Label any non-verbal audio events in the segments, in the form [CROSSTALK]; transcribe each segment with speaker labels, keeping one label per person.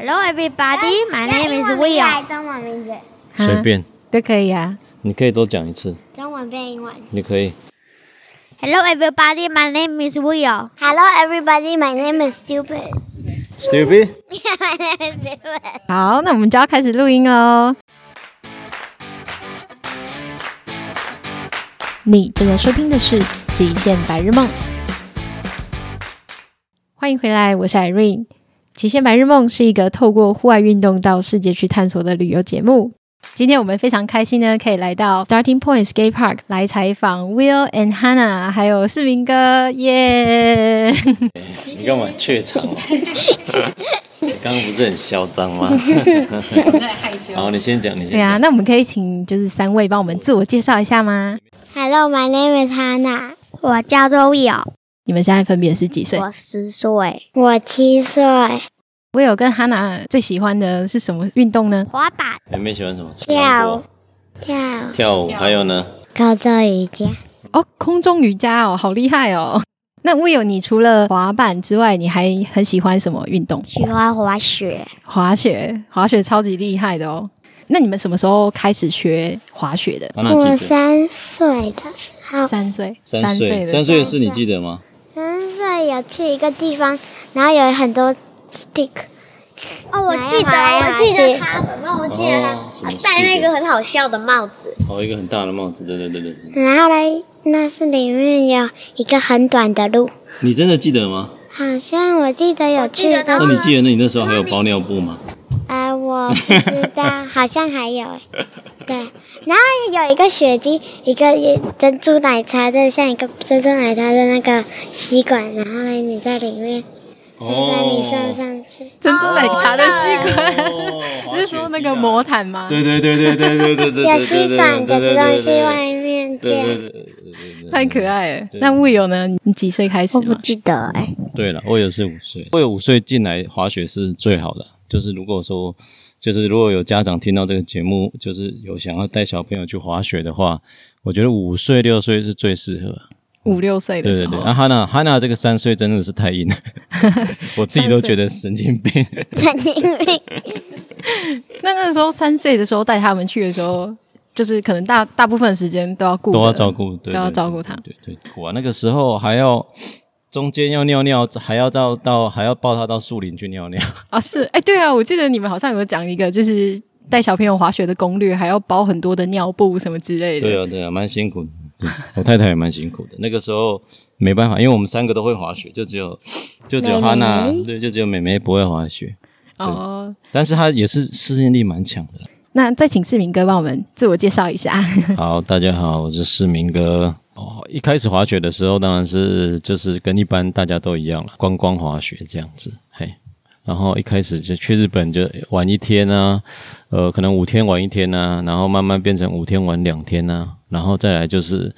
Speaker 1: Hello, everybody. My name is
Speaker 2: 用英文名字
Speaker 1: Will.
Speaker 2: 还是中文名字，
Speaker 3: 随便，
Speaker 4: 都可以啊。
Speaker 3: 你可以多讲一次，
Speaker 2: 中文变英文。
Speaker 3: 你可以。
Speaker 1: Hello, everybody. My name is Will.
Speaker 2: Hello, everybody. My name is
Speaker 1: [LAUGHS]
Speaker 2: Stupid.
Speaker 3: Stupid，
Speaker 2: My name is Stupid.
Speaker 4: 好，那我们就要开始录音喽。你正在收听的是《极限白日梦》，欢迎回来，我是 Irene。《极限白日梦》是一个透过户外运动到世界去探索的旅游节目。今天我们非常开心呢，可以来到 Starting Point Skate Park 来采访 Will and Hannah，还有世明哥，耶、
Speaker 3: 你干嘛怯场啊？你刚刚不是很嚣张吗？好，你先讲，你先
Speaker 4: 对啊，
Speaker 3: 讲。
Speaker 4: 那我们可以请就是三位帮我们自我介绍一下吗？
Speaker 2: Hello, my name is Hannah.
Speaker 1: 我叫做 Will，
Speaker 4: 你们现在分别是几岁？
Speaker 1: 我十岁，
Speaker 2: 我七岁，
Speaker 4: 我有跟哈娜最喜欢的是什么运动呢？
Speaker 1: 滑板。
Speaker 3: 你们喜欢什么？
Speaker 2: 跳跳
Speaker 3: 跳舞，还有呢？
Speaker 2: 高中瑜伽。
Speaker 4: 哦，空中瑜伽哦，好厉害哦！ [LAUGHS] 那 Will，你除了滑板之外，你还很喜欢什么运动？
Speaker 1: 喜欢滑雪，
Speaker 4: 滑雪，滑雪超级厉害的哦。那你们什么时候开始学滑雪的？
Speaker 3: 安娜
Speaker 2: 我
Speaker 3: 记得
Speaker 2: 三岁的时候，
Speaker 4: 三岁，
Speaker 3: 三岁，
Speaker 4: 岁，
Speaker 3: 三岁的事你记得吗？
Speaker 2: 三岁有去一个地方，然后有很多 stick。
Speaker 1: 哦，
Speaker 2: 我记得我记得
Speaker 1: 他，我
Speaker 3: 记得他哦什么戴那个
Speaker 1: 很好笑的帽子。
Speaker 3: 哦，一个很大的帽子，对对对对对。
Speaker 2: 然后嘞，那是里面有一个很短的路，
Speaker 3: 你真的记得吗？
Speaker 2: 好像我记得有
Speaker 1: 我记
Speaker 2: 去
Speaker 1: 得
Speaker 3: 那
Speaker 2: 过
Speaker 1: 他。
Speaker 3: 你记得那你那时候还有包尿布吗？
Speaker 2: 呃，我不知道，好像还有
Speaker 3: [LAUGHS]
Speaker 2: 欸。对，然后有一个雪姬，一个珍珠奶茶的，像一个珍珠奶茶的那个吸管，然后嘞，你在里面，
Speaker 3: 哦
Speaker 2: 会把你送上去。
Speaker 4: 珍珠奶茶的吸 [LAUGHS] 管，
Speaker 3: 哦
Speaker 4: 你是说那个魔？毯
Speaker 3: 滑
Speaker 4: 吗？
Speaker 3: 雪机啊对对对对对对对对对对
Speaker 2: 有吸管的东西外
Speaker 3: 对
Speaker 2: 面这
Speaker 3: 对对
Speaker 2: 样。
Speaker 3: 对对对对。
Speaker 4: 太可爱了。
Speaker 3: 对
Speaker 4: 那 Will 呢？你几岁开始
Speaker 1: 我不
Speaker 4: 吗？
Speaker 1: 记得哎、
Speaker 3: 对了，我也是五岁，我有五岁进来滑雪是最好的。就是如果说，就是如果有家长听到这个节目，就是有想要带小朋友去滑雪的话，我觉得五岁六岁是最适合。
Speaker 4: 五六岁
Speaker 3: 对
Speaker 4: 的时
Speaker 3: 对
Speaker 4: 候
Speaker 3: 对，，啊，哈娜哈娜这个三岁真的是太硬
Speaker 4: [LAUGHS]
Speaker 3: 了，我自己都觉得神经病。
Speaker 4: 那那时候三岁的时候带他们去的时候，就是可能大大部分时间都要顾着，
Speaker 3: 都要照顾，对
Speaker 4: 都要
Speaker 3: 对
Speaker 4: 照
Speaker 3: 对
Speaker 4: 顾他
Speaker 3: 对对，对我那个时候还要中间要尿尿，还要到到还要抱他到树林去尿尿。
Speaker 4: 啊。是，哎、对啊，我记得你们好像有讲一个，就是带小朋友滑雪的攻略，还要包很多的尿布什么之类的。
Speaker 3: 对啊，对啊，蛮辛 [LAUGHS] 苦的。对我太太也蛮辛苦的。那个时候没办法，因为我们三个都会滑雪，就只有就只有哈娜，对，就只有美美不会滑雪。
Speaker 4: 哦，
Speaker 3: 但是她也是适应力蛮强的。
Speaker 4: 那再请世明哥帮我们自我介绍一
Speaker 3: [LAUGHS]
Speaker 4: 下。
Speaker 3: 好，大家好，我是世明哥。哦，一开始滑雪的时候，当然是就是跟一般大家都一样了，观光滑雪这样子，嘿。然后一开始就去日本就玩一天啊，呃，可能五天玩一天啊，然后慢慢变成五天玩两天啊，然后再来就是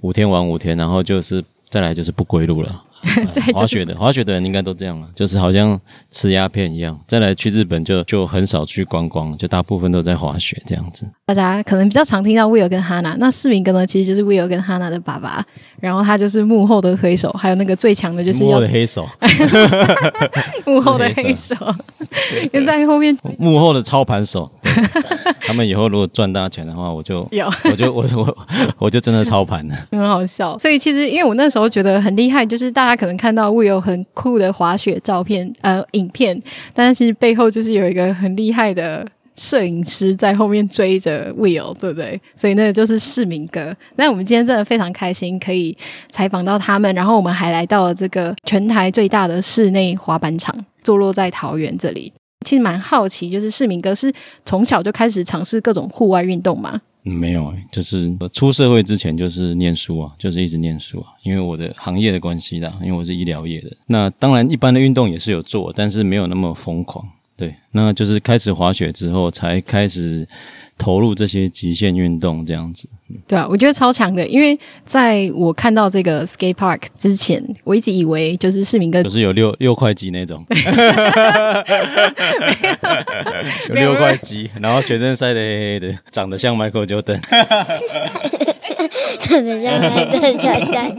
Speaker 3: 五天玩五天，然后就是再来就是不归路了。
Speaker 4: 再 [LAUGHS] 就是
Speaker 3: 滑雪的滑雪的人应该都这样了，就是好像吃鸦片一样。再来去日本就就很少去观光，就大部分都在滑雪这样子。
Speaker 4: 大家可能比较常听到 Will 跟 Hana，那世明哥呢，其实就是 Will 跟 Hana 的爸爸，然后他就是幕后的推手，还有那个最强的就是
Speaker 3: 幕
Speaker 4: 要
Speaker 3: 后的黑手。
Speaker 4: 幕后的
Speaker 3: 是黑
Speaker 4: 黑手，
Speaker 3: [LAUGHS]
Speaker 4: 就在后面
Speaker 3: 幕后的操盘手，对他们以后如果赚大钱的话，我就
Speaker 4: 有。
Speaker 3: 我就我我 [LAUGHS] 我就真的操盘了。
Speaker 4: 很好笑。所以其实因为我那时候觉得很厉害，就是大家可能看到 Will 有很酷的滑雪照片、呃影片，但是其实背后就是有一个很厉害的。摄影师在后面追着 Will，对不对？所以那个就是市民哥。那我们今天真的非常开心，可以采访到他们，然后我们还来到了这个全台最大的室内滑板场，坐落在桃园这里。其实蛮好奇，就是市民哥是从小就开始尝试各种户外运动嘛？
Speaker 3: 嗯没有、欸，就是出社会之前就是念书啊，就是一直念书啊，因为我的行业的关系啦，因为我是医疗业的。那当然，一般的运动也是有做，但是没有那么疯狂。对，那就是开始滑雪之后，才开始投入这些极限运动这样子。
Speaker 4: 对啊，我觉得超强的，因为在我看到这个 skate park 之前，我一直以为就是市民哥
Speaker 3: 就是有六六块肌那种， [LAUGHS] 有
Speaker 4: 没有
Speaker 3: 六块肌，然后全身晒得黑黑的，长得像 Michael Jordan。
Speaker 2: 长得像 Michael Jordan，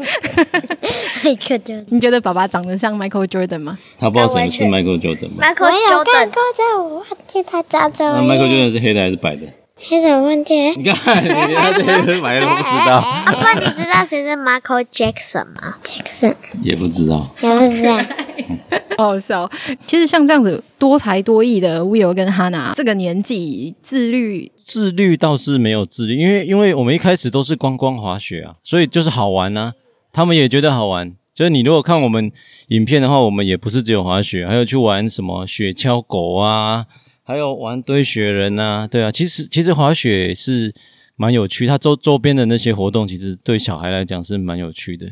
Speaker 2: 一个就。
Speaker 4: 你觉得爸爸长得像 Michael Jordan 吗？ [LAUGHS]
Speaker 3: 他不知道谁是 Michael Jordan 吗？
Speaker 2: 我
Speaker 5: Michael
Speaker 2: 有
Speaker 1: 哎
Speaker 2: 看
Speaker 5: Jordan
Speaker 2: 过，但我忘记他长怎
Speaker 3: 那
Speaker 2: 么
Speaker 3: 啊 Michael
Speaker 2: 样。
Speaker 3: Jordan 是黑的还是白的？
Speaker 2: 黑的我忘记了
Speaker 3: 你看， [LAUGHS] 你连他是黑的白的都不知道，
Speaker 1: 啊，不然你知道谁是 Michael Jackson 吗？
Speaker 2: ，Jackson
Speaker 3: 也不知道。
Speaker 2: 也不知
Speaker 3: [LAUGHS]
Speaker 2: 道。
Speaker 4: 好好笑。其实像这样子多才多艺的 Will 跟 Hannah 这个年纪自律，
Speaker 3: 自律倒是没有自律，因为因为我们一开始都是观光滑雪啊，所以就是好玩啊，他们也觉得好玩。就是你如果看我们影片的话，我们也不是只有滑雪，还有去玩什么雪橇狗啊，还有玩堆雪人啊，对啊。其实其实滑雪是蛮有趣，它周周边的那些活动，其实对小孩来讲是蛮有趣的。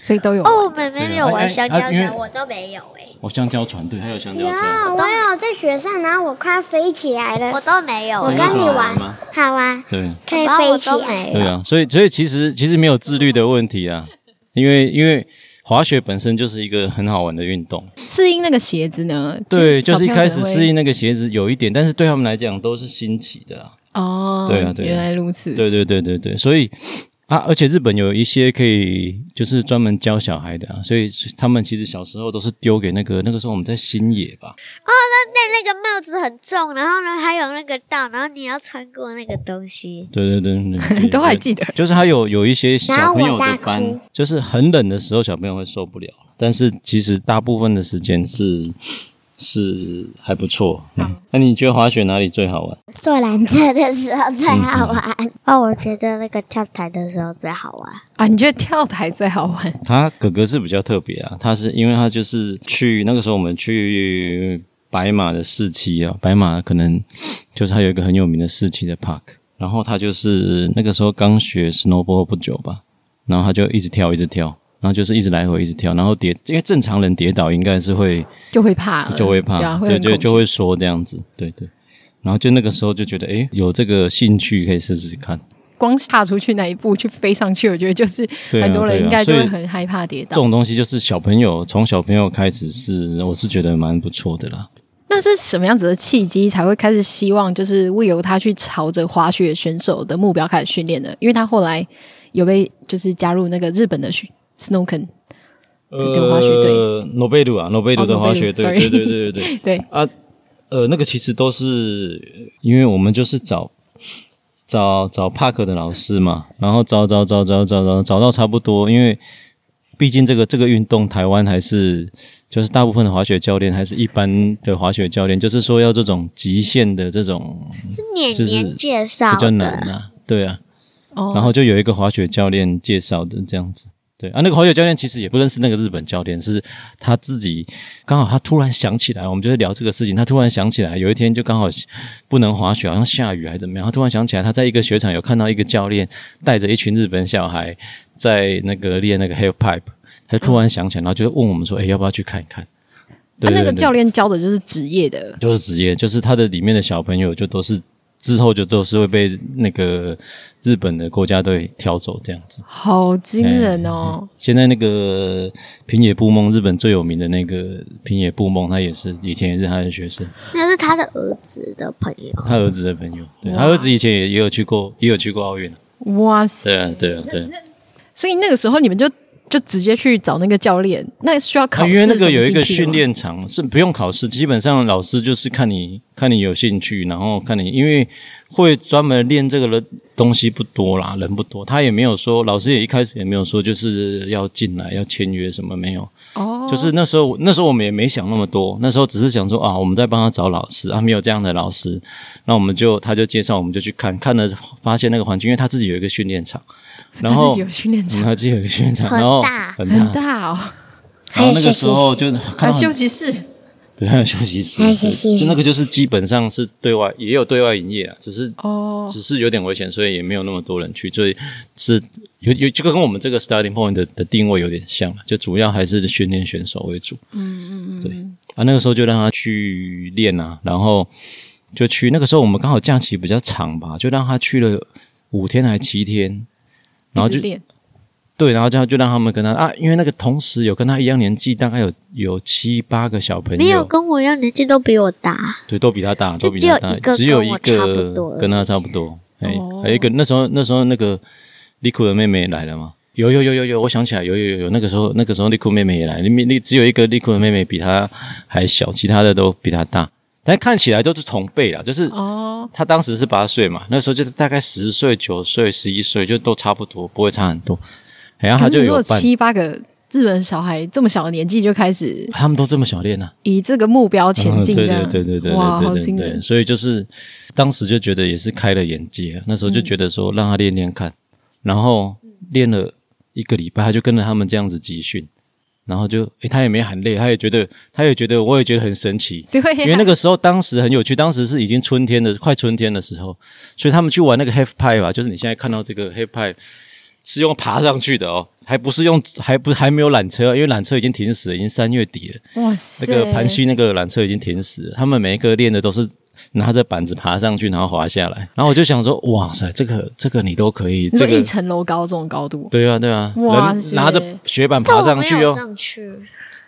Speaker 4: 所以都有玩。
Speaker 1: 哦，妹妹有
Speaker 3: 对啊哎哎
Speaker 1: 玩香蕉
Speaker 3: 啊因为
Speaker 1: 船，我都没有哎，
Speaker 3: 哦，香蕉船对，还有香蕉船，
Speaker 2: 有，啊我有在雪上，然后我快要飞起来
Speaker 1: 我
Speaker 2: 了。
Speaker 1: 都没有
Speaker 2: 我
Speaker 1: 哎，
Speaker 2: 跟你
Speaker 3: 香蕉船好
Speaker 2: 玩
Speaker 3: 吗？
Speaker 2: 好啊，
Speaker 3: 对。
Speaker 2: 可以
Speaker 1: 然后
Speaker 2: 飞
Speaker 1: 我
Speaker 2: 起
Speaker 1: 都
Speaker 2: 来。
Speaker 1: 没
Speaker 3: 对
Speaker 1: 有。
Speaker 3: 啊，所以所以其实其实没有自律的问题啊，因为因为滑雪本身就是一个很好玩的运动。
Speaker 4: 适应那个鞋子呢？
Speaker 3: 对，就是一开始适
Speaker 4: 是
Speaker 3: 应那个鞋子有一点，但是对他们来讲都是新奇的啦。
Speaker 4: 哦，
Speaker 3: 对啊对啊
Speaker 4: 原来如此。
Speaker 3: 对对对对对，所以啊，而且日本有一些可以就是专门教小孩的啊，所以他们其实小时候都是丢给那个那个时候我们在新野吧，
Speaker 1: 那那个帽子很重，然后呢还有那个道，然后你要穿过那个东西。
Speaker 3: 对对对对对，
Speaker 4: 都还记得
Speaker 3: 就是他有有一些小朋
Speaker 2: 然
Speaker 3: 友
Speaker 2: 后我大
Speaker 3: 的
Speaker 2: 哭
Speaker 3: 班，就是很冷的时候小朋友会受不了，但是其实大部分的时间是是还不错。嗯，那你觉得滑雪哪里最好玩？
Speaker 2: 坐缆车的时候最好玩。哦，我觉得那个跳台的时候最好玩。
Speaker 4: 啊，你觉得跳台最好玩？ [LAUGHS]
Speaker 3: 他哥哥是比较特别啊，他是因为他就是去那个时候我们去白马的市区啊，白马可能就是他有一个很有名的市区的 park，然后他就是那个时候刚学 snowboard 不久吧，然后他就一直跳一直跳，然后就是一直来回一直跳，然后跌，因为正常人跌倒应该是会
Speaker 4: 就会怕了，
Speaker 3: 就会怕，
Speaker 4: 对啊，会
Speaker 3: 对
Speaker 4: 很恐
Speaker 3: 对，
Speaker 4: 惧
Speaker 3: 就会说这样子，对对。然后就那个时候就觉得，诶，有这个兴趣可以试试看。
Speaker 4: 光踏出去那一步去飞上去，我觉得就是
Speaker 3: 对啊
Speaker 4: 很多人
Speaker 3: 对啊
Speaker 4: 应该就会
Speaker 3: 所以
Speaker 4: 很害怕跌
Speaker 3: 这
Speaker 4: 倒。
Speaker 3: 种东西就是小朋友从小朋友开始是，我是觉得蛮不错的啦。
Speaker 4: 那是什么样子的契机才会开始希望就是为由他去朝着滑雪选手的目标开始训练的？因为他后来有被就是加入那个日本的 snowken，的滑雪队
Speaker 3: 呃，诺贝鲁啊，诺贝鲁的
Speaker 4: 哦
Speaker 3: 滑雪队，
Speaker 4: 诺贝鲁
Speaker 3: 对对
Speaker 4: sorry
Speaker 3: 对对
Speaker 4: [LAUGHS]
Speaker 3: 对
Speaker 4: 对，
Speaker 3: 啊，呃，那个其实都是因为我们就是找找找帕克的老师嘛，然后找找找找找找找到差不多，因为毕竟这个这个运动台湾还是就是大部分的滑雪教练还是一般的滑雪教练，就是说要这种极限的这种
Speaker 1: 是年
Speaker 3: 就是
Speaker 1: 年介绍
Speaker 3: 比较难
Speaker 1: 的，
Speaker 3: 啊，对啊，
Speaker 4: 哦，
Speaker 3: 然后就有一个滑雪教练介绍的这样子。对啊，那个滑雪教练其实也不认识那个日本教练，是他自己刚好他突然想起来，我们就是聊这个事情，他突然想起来，有一天就刚好不能滑雪，好像下雨还是怎么样，他突然想起来，他在一个雪场有看到一个教练带着一群日本小孩在那个练那个 hail pipe，他就突然想起来，然后就问我们说，哎，要不要去看一看？
Speaker 4: 啊
Speaker 3: 对
Speaker 4: 那
Speaker 3: 对
Speaker 4: 个
Speaker 3: 对
Speaker 4: 教练教的就是职业的，
Speaker 3: 就是职业，就是他的里面的小朋友就都是之后就都是会被那个日本的国家队挑走这样子。
Speaker 4: 好惊人哦！
Speaker 3: 现在那个平野步梦，日本最有名的那个平野步梦，他也是以前也是他的学生，
Speaker 1: 那是他的儿子的朋友。
Speaker 3: 他儿子的朋友，对他儿子以前也也有去过，也有去过奥运，
Speaker 4: 哇塞！
Speaker 3: 对啊，对啊，对啊。
Speaker 4: 所以那个时候你们就就直接去找那个教练，那需要考
Speaker 3: 他
Speaker 4: 试、
Speaker 3: 因为那个有一个训，练场是不用考试，基本上老师
Speaker 4: 嗯
Speaker 3: 就是看你看你有兴趣，然后看你因为会专门练这个的东西不多啦，人不多，他也没有说老师也一开始也没有说就是要进来要签约什么没有，
Speaker 4: 哦，
Speaker 3: 就是那时候，那时候我们也没想那么多，那时候只是想说啊，我们在帮他找老师啊，没有这样的老师，那我们就他就介绍，我们就去看，看了发现那个环境，因为他自己有一个训练场，然
Speaker 4: 他自
Speaker 3: 后嗯
Speaker 4: 己有训练
Speaker 3: 我
Speaker 4: 场
Speaker 3: 们，他自己有一个训练场，
Speaker 1: 很
Speaker 3: 然后
Speaker 1: 大
Speaker 3: 很
Speaker 4: 很
Speaker 3: 大，
Speaker 4: 大哦，
Speaker 3: 然后那个时候就
Speaker 4: 还
Speaker 3: 看
Speaker 4: 有
Speaker 3: 到很
Speaker 4: 休息室，
Speaker 3: 对，还有休息室
Speaker 2: 还有休息，室
Speaker 3: 就那个就是基本上是对外也有对外营业啊，只是
Speaker 4: 哦
Speaker 3: 只是有点危险，所以也没有那么多人去，所以是有有这个跟我们这个 starting point 的的定位有点像了，就主要还是训练选手为主。嗯嗯嗯，对啊，那个时候就让他去练啊，然后就去那个时候我们刚好假期比较长吧，就让他去了五天还七天，然后
Speaker 4: 一直
Speaker 3: 就
Speaker 4: 练
Speaker 3: 对，然后就就让他们跟他啊，因为那个同时有跟他一样年纪，大概有有七八个小朋友，
Speaker 1: 没有跟我一样年纪都比我大，
Speaker 3: 对，都比他大，都比他大，
Speaker 1: 就
Speaker 3: 只有一
Speaker 1: 只有一个跟我差不
Speaker 3: 个
Speaker 1: 多
Speaker 3: 跟他差不多，哎、
Speaker 4: 哦
Speaker 3: 还有一个那时候那时候那个丽库的妹妹来了吗？有有有有有，我想起来，有有有有，那个时候那个时候丽库妹妹也来，丽丽只有一个丽库的妹妹比她还小，其他的都比她大，但看起来都是同辈啦，就是
Speaker 4: 哦，
Speaker 3: 他当时是八岁嘛，那时候就是大概十岁、九岁、十一岁，就都差不多，不会差很多。然后他
Speaker 4: 可
Speaker 3: 就是
Speaker 4: 如
Speaker 3: 有
Speaker 4: 果
Speaker 3: 办，
Speaker 4: 七八个日本小孩这么小的年纪就开始
Speaker 3: 他们都这么小啊练呢、
Speaker 4: 以这个目标前
Speaker 3: 嗯
Speaker 4: 进，
Speaker 3: 对
Speaker 4: 这
Speaker 3: 对
Speaker 4: 样、
Speaker 3: 对对对
Speaker 4: 哇，好
Speaker 3: 对对
Speaker 4: 惊
Speaker 3: 对，
Speaker 4: 人！
Speaker 3: 所以就是当时就觉得也是开了眼界，那时
Speaker 4: 嗯
Speaker 3: 候就觉得说让他练练看，然后练了一个礼拜，他就跟着他们这样子集训，然后就诶他也没喊累，他也觉得他也觉得我也觉得很神奇，
Speaker 4: 对呀、
Speaker 3: 因为那个时候当时很有趣，当时是已经春天的快春天的时候，所以他们去玩那个 half pipe 吧，就是你现在看到这个 half pipe 是用爬上去的哦，还不是用还不还没有缆车，因为缆车已经停驶了，已经三月底了，
Speaker 4: 哇塞，
Speaker 3: 那个盘溪那个缆车已经停驶了，他们每一个练的都是。拿着板子爬上去，然后滑下来，然后我就想说，哇塞，这个这个你都可以，
Speaker 4: 你
Speaker 3: 这
Speaker 4: 说一
Speaker 3: 个
Speaker 4: 层楼高这种高度，
Speaker 3: 对啊对啊，
Speaker 4: 哇
Speaker 3: 人
Speaker 4: 塞
Speaker 3: 拿着雪板
Speaker 1: 但
Speaker 3: 爬
Speaker 1: 我
Speaker 3: 上
Speaker 1: 没
Speaker 3: 去
Speaker 1: 有
Speaker 3: 哦，
Speaker 1: 上去，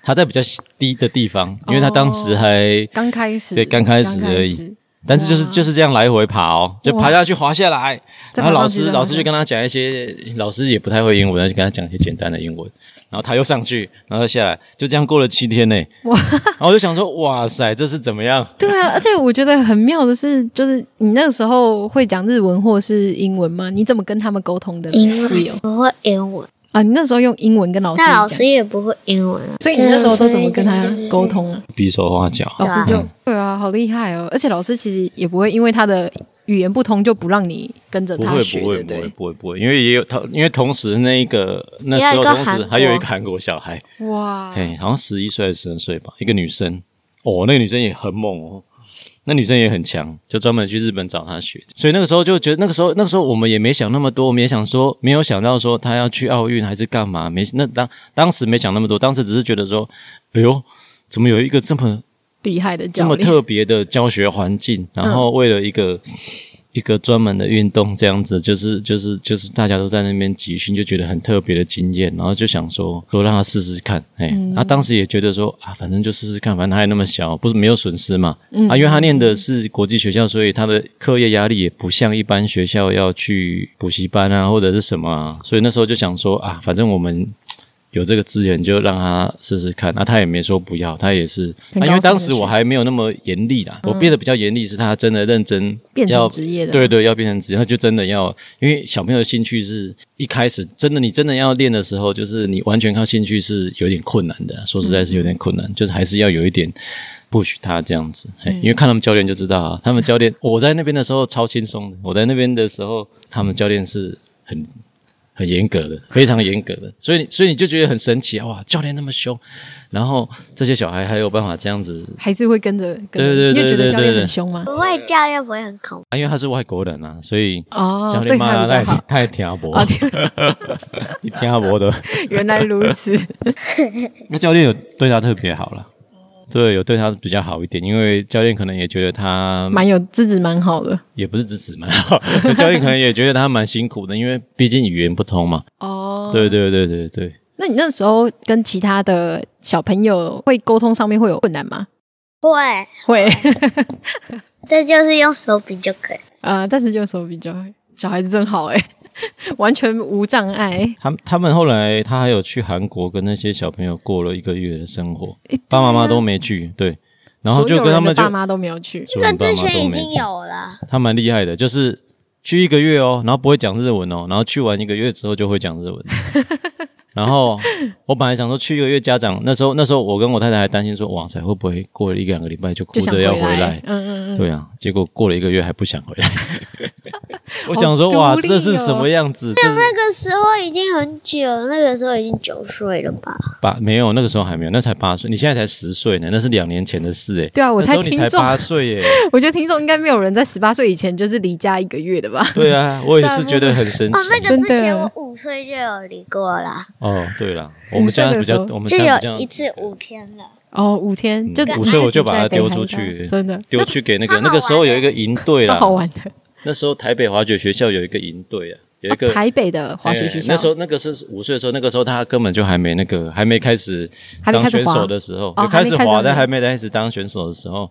Speaker 3: 他在比较低的地方，因为他当时
Speaker 4: 哦
Speaker 3: 还
Speaker 4: 刚开始
Speaker 3: 对刚开始而已
Speaker 4: 刚开始
Speaker 3: 但是就是就是这样来回爬哦，就爬
Speaker 4: 哇
Speaker 3: 下去滑下来，
Speaker 4: 再
Speaker 3: 然后
Speaker 4: 爬
Speaker 3: 老
Speaker 4: 上去
Speaker 3: 师
Speaker 4: 再
Speaker 3: 老
Speaker 4: 爬
Speaker 3: 师
Speaker 4: 上
Speaker 3: 就跟他讲一些，老师也不太会英文，就跟他讲一些简单的英文，然后他又上去，然后下来，就这样过了七天呢。
Speaker 4: 哇
Speaker 3: 然后我就想说，哇塞，这是怎么样？
Speaker 4: 对啊，而且我觉得很妙的是，就是你那个时候会讲日文或是英文吗？你怎么跟他们沟通的？
Speaker 2: 英文
Speaker 4: 自由
Speaker 1: 不会英文，
Speaker 4: 啊，你那时候用英文跟老师
Speaker 1: 但
Speaker 4: 讲，
Speaker 1: 老师也不会英文啊。
Speaker 4: 所以你那时候都怎么跟他沟通啊？
Speaker 3: 比手画脚，
Speaker 4: 老师就对啊，好厉害哦！而且老师其实也不会因为他的语言不通就不让你跟着
Speaker 3: 不
Speaker 4: 他
Speaker 3: 会
Speaker 4: 学，
Speaker 3: 不会不
Speaker 4: 对不
Speaker 3: 会
Speaker 4: 对？
Speaker 3: 不会不会，因为也有他，因为同时那一个那时
Speaker 1: 也有
Speaker 3: 候
Speaker 1: 一个
Speaker 3: 同时
Speaker 1: 韩
Speaker 3: 还有一个
Speaker 1: 国
Speaker 3: 韩国小孩，
Speaker 4: 哇，
Speaker 3: 嘿，好像十一岁还是十二岁吧，一个女生，哦，那个女生也很猛哦，那女生也很强，就专门去日本找她学。所以那个时候就觉得，那个时候那个时候我们也没想那么多，我们也想说，没有想到说她要去奥运还是干嘛，没那当当时没想那么多，当时只是觉得说，哎呦，怎么有一个这么
Speaker 4: 厉害的
Speaker 3: 这
Speaker 4: 教
Speaker 3: 么
Speaker 4: 练，
Speaker 3: 特别的教学环境，然后为了一个、一个专门的运动这样子，就是就是就是大家都在那边集训，就觉得很特别的经验，然后就想说说让他试试看，哎、他当时也觉得说啊，反正就试试看，反正他还那么小，不是没有损失嘛，啊，因为他念的是国际学校，所以他的课业压力也不像一般学校要去补习班啊或者是什么啊，所以那时候就想说啊，反正我们。有这个资源就让他试试看，那、他也没说不要，他也是，
Speaker 4: 很
Speaker 3: 啊、
Speaker 4: 高
Speaker 3: 因为当
Speaker 4: 兴嗯
Speaker 3: 时
Speaker 4: 地
Speaker 3: 我
Speaker 4: 去
Speaker 3: 还没有那么严厉啦，我变得比较严厉是他真的认真
Speaker 4: 变
Speaker 3: 要
Speaker 4: 成职业的，
Speaker 3: 对对，要变成职业，他就真的要，因为小朋友的兴趣是一开始真的，你真的要练的时候，就是你完全靠兴趣是有点困难的，说实在是有点困
Speaker 4: 嗯
Speaker 3: 难，就是还是要有一点 push 他这样子，嘿因为看他们教练就知道啊，他们教练我在那边的时候超轻松的，我在那边的时候，他们教练是很。很严格
Speaker 4: [LAUGHS]
Speaker 3: 的，非常严格的，所以所以你就觉得很神奇啊哇！教练那么凶，然后这些小孩还有办法这样子
Speaker 4: 还是会跟着，跟
Speaker 3: 对对
Speaker 4: 着
Speaker 3: 对
Speaker 4: 你会
Speaker 3: 对
Speaker 4: 觉
Speaker 3: 对
Speaker 4: 得教练
Speaker 3: 对对
Speaker 4: 很凶吗？
Speaker 1: 不会教练不会很恐怖，
Speaker 3: 啊，因为他是外国人啊，所以
Speaker 4: 哦
Speaker 3: 教，
Speaker 4: 对
Speaker 3: 练骂
Speaker 4: 他
Speaker 3: 他太
Speaker 4: 比较好。
Speaker 3: 太听不
Speaker 4: 哦，
Speaker 3: [LAUGHS]
Speaker 4: 天
Speaker 3: 你听不的。
Speaker 4: 原来如
Speaker 3: [LAUGHS]
Speaker 4: 此，
Speaker 3: 嗯那教练有对他特别好了，对，有对他比较好一点，因为教练可能也觉得他
Speaker 4: 蛮有资质，蛮好的
Speaker 3: 也不是支持嘛， [LAUGHS] 教练可能也觉得他蛮辛苦的，因为毕竟语言不通嘛。
Speaker 4: 哦。
Speaker 3: 对对对对对，
Speaker 4: 那你那时候跟其他的小朋友会沟通上面会有困难吗？
Speaker 1: 会，
Speaker 4: 会，
Speaker 1: 欸
Speaker 4: [LAUGHS]
Speaker 1: 这就是用手比就可以。
Speaker 4: 呃，但是就手比较小孩子真好哎、 [LAUGHS] 完全无障碍。
Speaker 3: 他他们后来他还有去韩国跟那些小朋友过了一个月的生活，爸爸妈妈都没去，对，然后
Speaker 4: 啊所有
Speaker 3: 就
Speaker 4: 人
Speaker 3: 跟他们
Speaker 4: 的
Speaker 3: 就
Speaker 4: 爸妈都没有去，
Speaker 3: 这
Speaker 1: 这之前已经有了，
Speaker 3: 他蛮厉害的，就是去一个月哦，然后不会讲日文哦，然后去完一个月之后就会讲日
Speaker 4: [LAUGHS]
Speaker 3: 文。然后我本来想说去一个月，家长那时候那时候我跟我太太还担心说，哇塞，会不会过了一两个礼拜就哭
Speaker 4: 就想
Speaker 3: 着要回
Speaker 4: 来
Speaker 3: 来？。
Speaker 4: 嗯嗯嗯，
Speaker 3: 对啊，结果过了一个月还不想回来。
Speaker 4: [LAUGHS]
Speaker 3: 我想说，
Speaker 4: 好独
Speaker 3: 哇，
Speaker 4: 立
Speaker 3: 这是
Speaker 4: 哦
Speaker 3: 什么样子？这
Speaker 1: 那
Speaker 3: 是
Speaker 1: 个时候已经很久，那个时候已经九岁了吧？
Speaker 3: 八没有，那个时候还没有，那才八岁，你现在才十岁呢，那是两年前的事哎。
Speaker 4: 对啊我
Speaker 3: 那时候
Speaker 4: 才
Speaker 3: 你
Speaker 4: 听
Speaker 3: 才
Speaker 4: 众
Speaker 3: 八岁耶。
Speaker 4: 我觉得听众应该没有人在十八岁以前就是离家一个月的吧？
Speaker 3: 对啊，我也
Speaker 4: [LAUGHS]
Speaker 3: 是觉得很神奇
Speaker 1: 哦，
Speaker 4: 啊
Speaker 1: 那个之
Speaker 4: 真
Speaker 1: 前
Speaker 4: 的
Speaker 1: 我五岁就有离过啦，
Speaker 3: 哦。对了，我们现在比较
Speaker 4: 五岁的时，候
Speaker 3: 我们
Speaker 1: 就
Speaker 3: 现在比较
Speaker 1: 有一次五天了。
Speaker 4: 哦，五天就
Speaker 3: 嗯五岁我就把它
Speaker 4: 它
Speaker 3: 丢出去，啊
Speaker 4: 真的
Speaker 3: 丢去给那个
Speaker 1: 超好玩的
Speaker 3: 那个时候有一个营队
Speaker 4: 超
Speaker 3: 啦，
Speaker 4: 好玩的。
Speaker 3: 那时候台北滑雪学校有一个营队啊，有一个、
Speaker 4: 啊台北的滑雪学
Speaker 3: 哎
Speaker 4: 校，
Speaker 3: 那时候那个是五岁的时候，那个时候他根本就还没那个还没开始
Speaker 4: 还没
Speaker 3: 当
Speaker 4: 开始
Speaker 3: 选
Speaker 4: 滑
Speaker 3: 手的时候，
Speaker 4: 哦
Speaker 3: 有开始
Speaker 4: 还没开
Speaker 3: 滑，
Speaker 4: 始
Speaker 3: 但还没开始当选手的时候。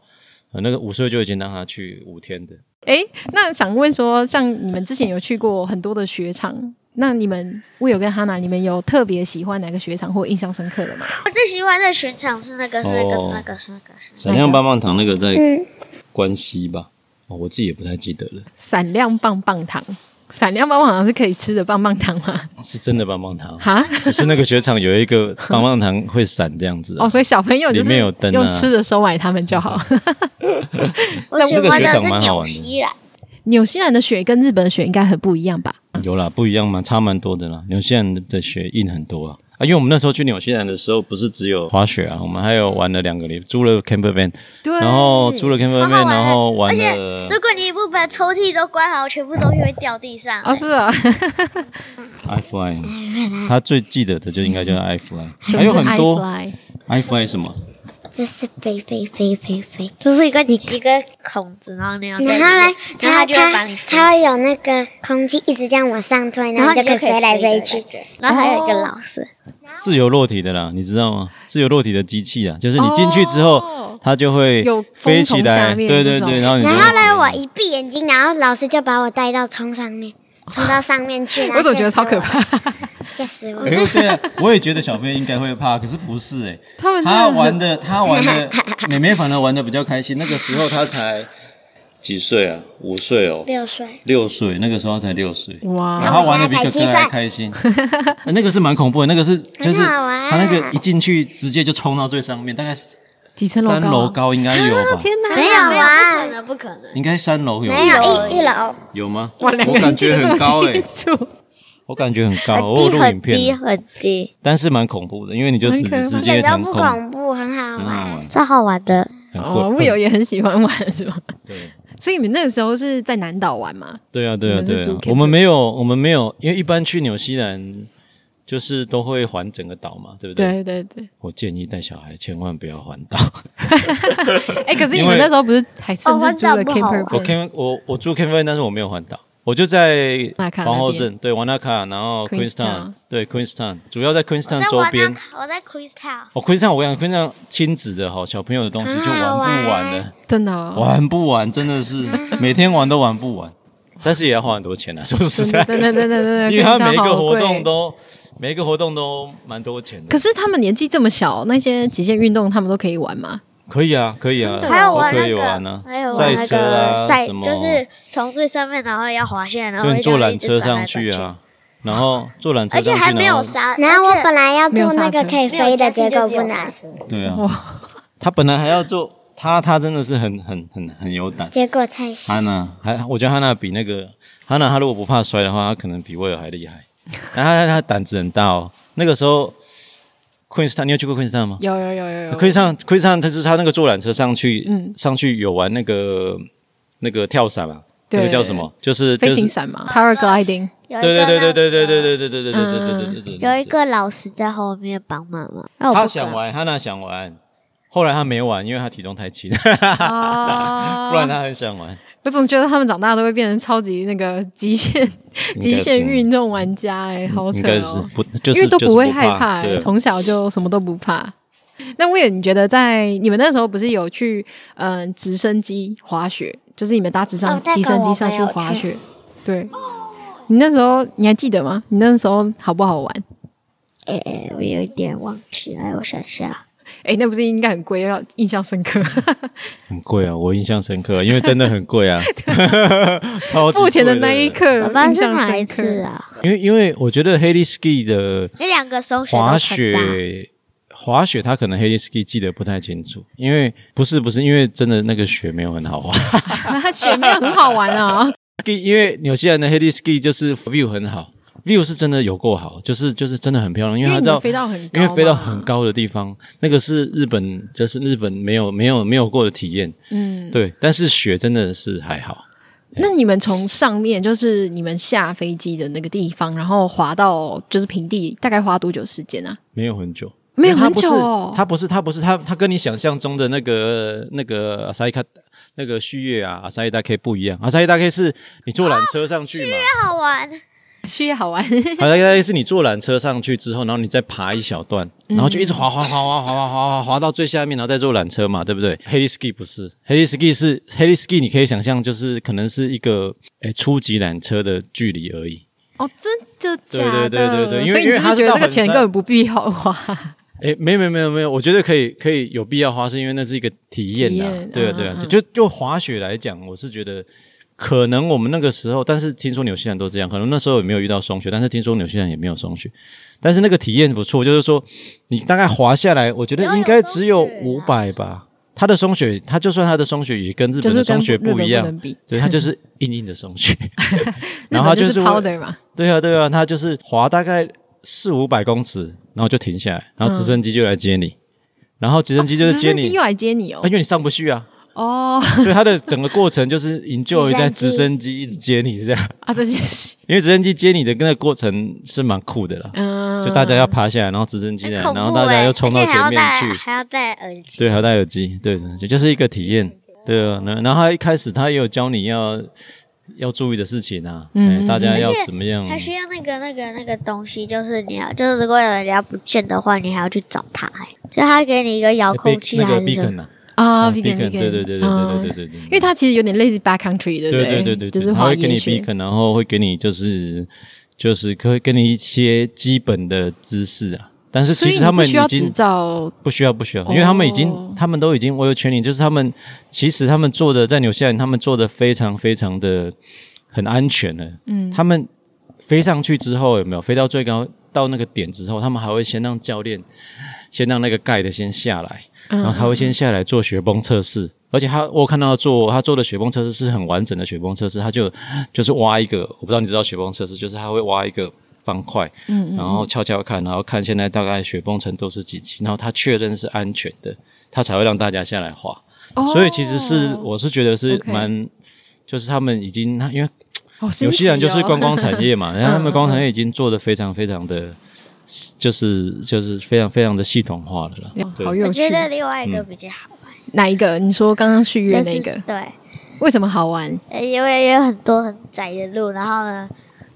Speaker 3: 呃那个五岁就已经让他去五天的，
Speaker 4: 哎，那想问说，像你们之前有去过很多的雪场，那你们 Will 跟 Hanna，你们有特别喜欢哪个雪场或印象深刻的吗？
Speaker 1: 我最喜欢的雪场是那个，是那个，
Speaker 3: 哦
Speaker 1: 是那个，是那个，是
Speaker 3: 闪亮棒棒糖那个在
Speaker 2: 嗯，
Speaker 3: 关西吧？哦，我自己也不太记得了，
Speaker 4: 闪亮棒棒糖，闪亮棒棒糖是可以吃的棒棒糖
Speaker 3: [LAUGHS]
Speaker 4: 吗？
Speaker 3: 是真的棒棒糖，
Speaker 4: 哈？
Speaker 3: 只是那个雪场有一个棒棒糖会闪这样子啊、
Speaker 4: 哦，所以小朋友就
Speaker 3: 里
Speaker 4: 是
Speaker 3: 面有灯啊嗯
Speaker 4: 用吃的收买他们就好。
Speaker 1: 我喜
Speaker 3: 哦那
Speaker 1: 欢
Speaker 3: 个
Speaker 1: 的
Speaker 3: 雪场
Speaker 1: 是
Speaker 3: 蛮好
Speaker 1: 纽
Speaker 3: 玩的
Speaker 1: 西兰，
Speaker 4: [LAUGHS] 纽西兰的雪跟日本的雪应该很不一样吧？
Speaker 3: 有啦，不一样嘛，差蛮多的啦。纽西兰的雪硬很多啊，啊，因为我们那时候去纽西兰的时候，不是只有滑雪啊，我们还有玩了两个礼，租了 camper van，
Speaker 4: 对，
Speaker 3: 然后租了 camper
Speaker 1: 好好
Speaker 3: van，
Speaker 4: 啊
Speaker 1: 玩
Speaker 3: 然
Speaker 1: 的
Speaker 3: 后玩
Speaker 1: 而且
Speaker 3: 了
Speaker 1: 如果你不把抽屉都关好，全部东西会掉地上。
Speaker 4: 哦是 [LAUGHS] 啊，
Speaker 3: i
Speaker 4: 哎
Speaker 3: fly，他最记得的就应该就是 i fly，
Speaker 4: 嗯什么
Speaker 3: 还
Speaker 4: 是
Speaker 3: 有很多
Speaker 4: iFly
Speaker 3: i fly 什么？
Speaker 2: 就是飞飞飞飞飞，
Speaker 1: 就是一个你一个孔子，然后那样在
Speaker 2: 然
Speaker 1: 里面，
Speaker 2: 后呢，
Speaker 1: 然后
Speaker 2: 它
Speaker 1: 它就会把
Speaker 2: 它
Speaker 1: 你扶起来
Speaker 2: 它会有那个空气一直这样往上推，然后
Speaker 1: 你
Speaker 2: 就可以飞来
Speaker 1: 飞
Speaker 2: 飞
Speaker 3: 嗯
Speaker 2: 去。，
Speaker 1: 然后还有一个老师，
Speaker 3: 自由落体的啦，你知道吗？自由落体的机器啊，就是你进去之后，
Speaker 4: 哦
Speaker 3: 它就会
Speaker 4: 有
Speaker 3: 飞
Speaker 4: 风
Speaker 3: 起
Speaker 4: 从
Speaker 3: 来，
Speaker 4: 下面
Speaker 3: 对对
Speaker 4: 这种
Speaker 3: 对，然后你就
Speaker 2: 然后呢，我一闭眼睛，然后老师就把我带到冲上面，冲到上面去。然后
Speaker 4: 我总觉得
Speaker 2: 吓
Speaker 4: 超
Speaker 2: 死
Speaker 4: 可怕，
Speaker 2: 吓死我！
Speaker 3: 哎
Speaker 4: [LAUGHS]
Speaker 3: 呦对啊，我也觉得小朋友应该会怕，可是不是哎、
Speaker 4: 他们真的
Speaker 3: 他
Speaker 4: 很
Speaker 3: 玩
Speaker 4: [LAUGHS]
Speaker 3: 的他玩的妹妹反而玩的比较开心，那个时候他才几岁啊？五岁哦，
Speaker 2: 六岁，
Speaker 3: 六岁，那个时候他才六岁。
Speaker 4: 哇
Speaker 3: 然后他玩的比哥哥还开
Speaker 4: [LAUGHS]
Speaker 3: 心，呃那个是蛮恐怖的，那个是就是
Speaker 2: 好玩
Speaker 3: 他那个一进去直接就冲到最上面，大概
Speaker 4: 几层楼
Speaker 3: 三
Speaker 4: 高啊？
Speaker 3: 楼高应该有
Speaker 4: [LAUGHS]
Speaker 3: 吧？
Speaker 4: 天哪，
Speaker 2: 没有
Speaker 1: 没有，不可
Speaker 2: 啊，
Speaker 3: 哦
Speaker 1: 能，不可能。
Speaker 3: 应该三楼有
Speaker 2: 没有一一楼，
Speaker 3: 有吗？
Speaker 4: 哇，两
Speaker 3: 我
Speaker 4: 个人
Speaker 3: 感
Speaker 4: 记
Speaker 3: 觉
Speaker 4: 得这
Speaker 3: 很高
Speaker 4: 么
Speaker 3: 哎
Speaker 4: 清，楚，
Speaker 3: 我感觉很高，我
Speaker 2: 哦
Speaker 3: 有
Speaker 1: 很低
Speaker 3: 录
Speaker 1: 很低
Speaker 3: 影片，
Speaker 1: 很低，
Speaker 3: 但是蛮恐怖的，因为你就直
Speaker 4: 很可怕
Speaker 3: 直
Speaker 2: 一点
Speaker 3: 接
Speaker 2: 都
Speaker 3: 腾
Speaker 2: 不
Speaker 3: 空，
Speaker 2: 恐怖，很好
Speaker 3: 很好玩
Speaker 2: 玩。，
Speaker 1: 超好玩的。
Speaker 3: 很
Speaker 4: 哦，
Speaker 3: 酷
Speaker 4: 雾友也很喜欢玩是吗？
Speaker 3: 对。
Speaker 4: [LAUGHS] 所以你们那个时候是在南岛玩吗？
Speaker 3: 对啊，对啊，
Speaker 4: 你们是
Speaker 3: 对
Speaker 4: 租
Speaker 3: 啊，
Speaker 4: camper
Speaker 3: 我们没有，我们没有，因为一般去纽西兰就是都会环整个岛嘛，对不对？
Speaker 4: 对对对，
Speaker 3: 我建议带小孩千万不要环岛。
Speaker 4: [LAUGHS] 哎，可是你
Speaker 3: 因
Speaker 4: 们
Speaker 3: 为
Speaker 4: 那时候不是还甚
Speaker 1: 哦
Speaker 4: 至
Speaker 1: 环
Speaker 4: 租
Speaker 1: 岛
Speaker 4: 了
Speaker 1: 不好
Speaker 4: camper
Speaker 1: 玩
Speaker 3: 我
Speaker 4: van
Speaker 3: K 我我住 Camp 但是我没有环岛，我就在
Speaker 4: 纳卡那边
Speaker 3: 皇后镇，对，瓦纳卡，然后
Speaker 4: Queenstown
Speaker 3: Queenstown，对 Queenstown，主要在 Queenstown 嗯周
Speaker 1: 我
Speaker 3: 边
Speaker 1: 在。我在 Queenstown，
Speaker 3: 哦，Queenstown 我想 Queenstown 亲子的哈，小朋友的东西就玩不完了，
Speaker 4: 真的哦，
Speaker 3: 玩不完，真 [LAUGHS] 的是每天玩都玩不完，但是也要花很多钱啊，说实
Speaker 4: 真
Speaker 3: 在
Speaker 4: 的，真的真的真
Speaker 3: [LAUGHS]
Speaker 4: 的，
Speaker 3: 因为它每一个活
Speaker 4: 呃
Speaker 3: 动
Speaker 4: 跟你当好贵。
Speaker 3: 都每一个活动都蛮多钱的
Speaker 4: 可。是他们年纪这么小，那些极限运动他们都可以玩吗？
Speaker 3: 可以啊，可以啊，
Speaker 4: 真的
Speaker 3: 都
Speaker 4: 哦还有
Speaker 1: 玩
Speaker 3: 可
Speaker 1: 那
Speaker 3: 以
Speaker 1: 个，
Speaker 3: 玩啊，
Speaker 1: 还有玩
Speaker 3: 赛
Speaker 1: 那
Speaker 3: 车啊，
Speaker 1: 个赛，
Speaker 3: 什么，
Speaker 1: 就是从最上面，然后要滑线，然后
Speaker 3: 就你坐
Speaker 1: 这样
Speaker 3: 缆
Speaker 1: 一直
Speaker 3: 车
Speaker 1: 转
Speaker 3: 上
Speaker 1: 来
Speaker 3: 去
Speaker 1: 转去，
Speaker 3: 啊， [LAUGHS] 然后坐缆车
Speaker 1: 而
Speaker 3: 上去，
Speaker 1: 且还没有
Speaker 3: 然后
Speaker 1: 刹，
Speaker 2: 然后我本来要
Speaker 4: 没有
Speaker 2: 做那
Speaker 4: 刹
Speaker 2: 个
Speaker 4: 车
Speaker 2: 可以飞的，结果不能
Speaker 1: 难。，
Speaker 3: 对啊
Speaker 4: 哇，
Speaker 3: 他本来还要做，他他真的是很很很很有胆。
Speaker 2: 结果太小。
Speaker 3: 哈娜还，我觉得哈娜比那个哈娜，她如果不怕摔的话，她可能比威尔还厉害。 [LAUGHS] 然后她她胆子很大哦。那个时候，Queenstown，你有去过 Queenstown 吗？
Speaker 4: 有有有有有，
Speaker 3: 可以上，可以上，他就是他那个坐缆车上去，
Speaker 4: 嗯
Speaker 3: 上去有玩那个那个跳伞嘛，那
Speaker 4: 对
Speaker 3: 个叫什么？就是
Speaker 4: 飞行
Speaker 3: 就是
Speaker 4: 伞嘛，paragliding。
Speaker 1: 有一
Speaker 3: 对
Speaker 1: 个那
Speaker 3: 对对对对
Speaker 1: 个
Speaker 3: 对对对对对对对对对对对对。
Speaker 1: 有一个老师在后面帮妈妈，那我不
Speaker 3: 他
Speaker 1: 敢
Speaker 3: 想，玩，他那想玩，后来他没玩，因为他体重太轻，[LAUGHS]
Speaker 4: 啊
Speaker 3: 不然他很想玩。
Speaker 4: 我总觉得他们长大都会变成超级那个极
Speaker 3: 应
Speaker 4: 限
Speaker 3: 该是
Speaker 4: 极限运动玩家哎、好
Speaker 3: 应
Speaker 4: 扯
Speaker 3: 该是
Speaker 4: 哦！
Speaker 3: 不就
Speaker 4: 因
Speaker 3: 是
Speaker 4: 为都
Speaker 3: 就是
Speaker 4: 不会害怕、
Speaker 3: 对
Speaker 4: 欸，从小就什么都不怕。那我也你觉得在你们那时候不是有去嗯、呃直升机滑雪，就是你们搭直升、
Speaker 2: 哦那个
Speaker 4: 直升机上去滑
Speaker 1: [LAUGHS]
Speaker 4: 雪？对，你那时候你还记得吗？你那时候好不好玩？
Speaker 1: 哎哎，我有一点忘记了，我想想，
Speaker 4: 哎、那不是应该很贵，要印象深刻，
Speaker 3: 很贵啊，我印象深刻，因为真的很贵啊，超级哦贵
Speaker 4: [LAUGHS] 付钱的那一，刻，
Speaker 1: 爸爸
Speaker 4: 呃印
Speaker 1: 是
Speaker 4: 象
Speaker 1: 哪一
Speaker 4: 深
Speaker 1: 次
Speaker 4: [LAUGHS] 刻。
Speaker 1: 啊？
Speaker 3: 因为因为我觉得 h a l e Ski 的
Speaker 1: 那两个松雪都
Speaker 3: 滑
Speaker 1: 很大
Speaker 3: 雪，滑雪他可能 Heli Ski 记得不太清楚，因为不是不是，因为真的那个雪没有很好滑。 [LAUGHS]
Speaker 4: 雪没有很好玩
Speaker 1: [LAUGHS]
Speaker 4: 啊，
Speaker 3: 因为纽西兰的 Heli Ski 就是 view 很好，view 是真的有够好，就是就是真的很漂亮，因
Speaker 4: 因
Speaker 3: 为
Speaker 4: 为
Speaker 3: 它
Speaker 4: 你
Speaker 3: 到
Speaker 4: 们飞到很高
Speaker 3: 因
Speaker 4: 嘛，
Speaker 3: 为飞到很高的地方，那个是日本，就是日本没有没有没有过的体验，
Speaker 4: 嗯，
Speaker 3: 对。但是雪真的是还好，
Speaker 4: 那你们从上面，就是你们下飞机的那个地方，然后滑到就是平地，大概花多久时间啊？
Speaker 3: 没有很久，
Speaker 4: 没有
Speaker 3: 因为
Speaker 4: 很久哦
Speaker 3: 它不是，它不是，它不是，它它跟你想象中的那个那个阿萨伊卡那个旭月啊，阿萨伊大 K 不一样。阿萨伊大 K 是你坐缆车上
Speaker 4: 啊
Speaker 3: 去嘛，
Speaker 1: 好玩，
Speaker 4: 去好玩，
Speaker 3: 阿萨伊大 K 是你坐缆车上去之后，然后你再爬一小段，
Speaker 4: 嗯
Speaker 3: 然后就一直滑滑滑滑滑滑滑滑滑到最下面，然后再坐缆车嘛，对不对？Heli ski 不是，Heli ski 是 Heli ski，你可以想象就是可能是一个诶初级缆车的距离而已。
Speaker 4: [LAUGHS] 哦，真的假的？
Speaker 3: 对对对对对因为
Speaker 4: 所以你
Speaker 3: 因为
Speaker 4: 是不
Speaker 3: 它
Speaker 4: 是
Speaker 3: 是
Speaker 4: 觉
Speaker 3: 到
Speaker 4: 得这个
Speaker 3: 很
Speaker 4: 钱
Speaker 3: 山
Speaker 4: 根本不必要花？
Speaker 3: [LAUGHS] 哎，没有没有没有没有，我觉得可以可以有必要花，是因为那是一个体验呐、
Speaker 4: 体验
Speaker 3: 对啊
Speaker 4: 嗯
Speaker 3: 对啊，
Speaker 4: 嗯
Speaker 3: 就就就滑雪来讲，我是觉得可能我们那个时候，但是听说纽西兰都这样，可能那时候也没有遇到松雪，但是听说纽西兰也没有松雪，但是那个体验不错，就是说你大概滑下来，我觉得应该只有五百吧。它的松雪，它就算它的松雪也跟日
Speaker 4: 就
Speaker 3: 本
Speaker 4: 是
Speaker 3: 的
Speaker 4: 跟
Speaker 3: 松雪
Speaker 4: 日本
Speaker 3: 不一
Speaker 4: 能
Speaker 3: 样，
Speaker 4: 比，
Speaker 3: 对，它
Speaker 4: [LAUGHS]
Speaker 3: 就是硬硬的松雪，然后
Speaker 4: 日
Speaker 3: 它
Speaker 4: 本就是
Speaker 3: 是会
Speaker 4: powder 嘛，
Speaker 3: 对啊，对啊，他就是滑大概四五百公尺，然后就停下来，然后直升机就来接你，然后直升机就是
Speaker 4: 直
Speaker 3: 接
Speaker 4: 升机
Speaker 3: 你，
Speaker 4: 又来接你
Speaker 3: 啊
Speaker 4: 哦
Speaker 3: 因，为你上不去啊，
Speaker 4: 哦 [LAUGHS]
Speaker 3: 所以他的整个过程就是 enjoy
Speaker 2: 直升机
Speaker 3: 在直升机一直接你这样，
Speaker 4: 啊，这就是
Speaker 3: 因为直升机接你的那个过程是蛮酷的啦，
Speaker 4: 嗯，
Speaker 3: 就大家要爬下来，然后直升机
Speaker 1: 很
Speaker 3: 来，
Speaker 1: 恐
Speaker 3: 然后
Speaker 1: 怖
Speaker 3: 大家
Speaker 1: 欸
Speaker 3: 又冲到
Speaker 1: 而且
Speaker 3: 前
Speaker 1: 还要
Speaker 3: 面
Speaker 1: 戴
Speaker 3: 去，
Speaker 1: 还要戴耳机。
Speaker 3: 对，还要戴耳机，对，就就是一个体验，对啊。然然后他一开始他也有教你要要注意的事情啊，
Speaker 4: 嗯
Speaker 3: 哎大家
Speaker 1: 嗯
Speaker 3: 要
Speaker 1: 而且
Speaker 3: 怎么样，
Speaker 1: 还需要那个那个那个东西，就是你要，就是如果有人家不见的话，你还要去找他、欸。就他给你一个遥控器
Speaker 3: 哎那
Speaker 1: 还
Speaker 3: 个
Speaker 1: 是什么？
Speaker 3: beacon 啊。
Speaker 4: 啊
Speaker 3: 嗯
Speaker 4: vegan
Speaker 3: beacon，对
Speaker 4: vegan，
Speaker 3: 对对对
Speaker 4: 嗯
Speaker 3: 对对对对，
Speaker 4: 因为它其实有点类似 back country，对不
Speaker 3: 对对对对，
Speaker 4: 就是
Speaker 3: 他
Speaker 4: 滑
Speaker 3: 会给
Speaker 4: 野
Speaker 3: 你
Speaker 4: 雪，
Speaker 3: beacon，然后会给你就是就是会给你一些基本的知识啊，但是
Speaker 4: 所
Speaker 3: 其
Speaker 4: 以
Speaker 3: 实
Speaker 4: 你
Speaker 3: 他
Speaker 4: 不
Speaker 3: 们已
Speaker 4: 需要执
Speaker 3: 经
Speaker 4: 照
Speaker 3: 不需要不需要，因为他们已经、
Speaker 4: 哦
Speaker 3: 他们都已经我有权利，就是他们其实他们做的在纽西兰他们做的非常非常的很安全的，嗯，他们飞上去之后有没有飞到最高到那个点之后，他们还会先让教练先让那个盖的先下来，然后他会先下来做雪崩测试。而且他，我看到做他做的雪崩测试是很完整的雪崩测试，他就就是挖一个，我不知道你知道雪崩测试，就是他会挖一个方块，嗯然后敲敲看，然后看现在大概雪崩程度是几级，然后他确认是安全的，他才会让大家下来滑。
Speaker 4: 哦
Speaker 3: 所以其实是我是觉得是
Speaker 4: OK
Speaker 3: 蛮就是他们已经因为
Speaker 4: 好神奇哦
Speaker 3: 纽西兰就是观光
Speaker 4: [LAUGHS]
Speaker 3: 产业嘛，然后他们观光产业已经做的非常非常的，就是就是非常非常的系统化了啦。对
Speaker 4: 好有
Speaker 1: 我
Speaker 4: 趣
Speaker 1: 觉。得另外一个比较好，
Speaker 4: 哪一个？你说刚刚续约
Speaker 1: 就
Speaker 4: 那
Speaker 1: 是
Speaker 4: 个，
Speaker 1: 对，
Speaker 4: 为什么好玩？
Speaker 1: 呃因为也有很多很窄的路，然后呢，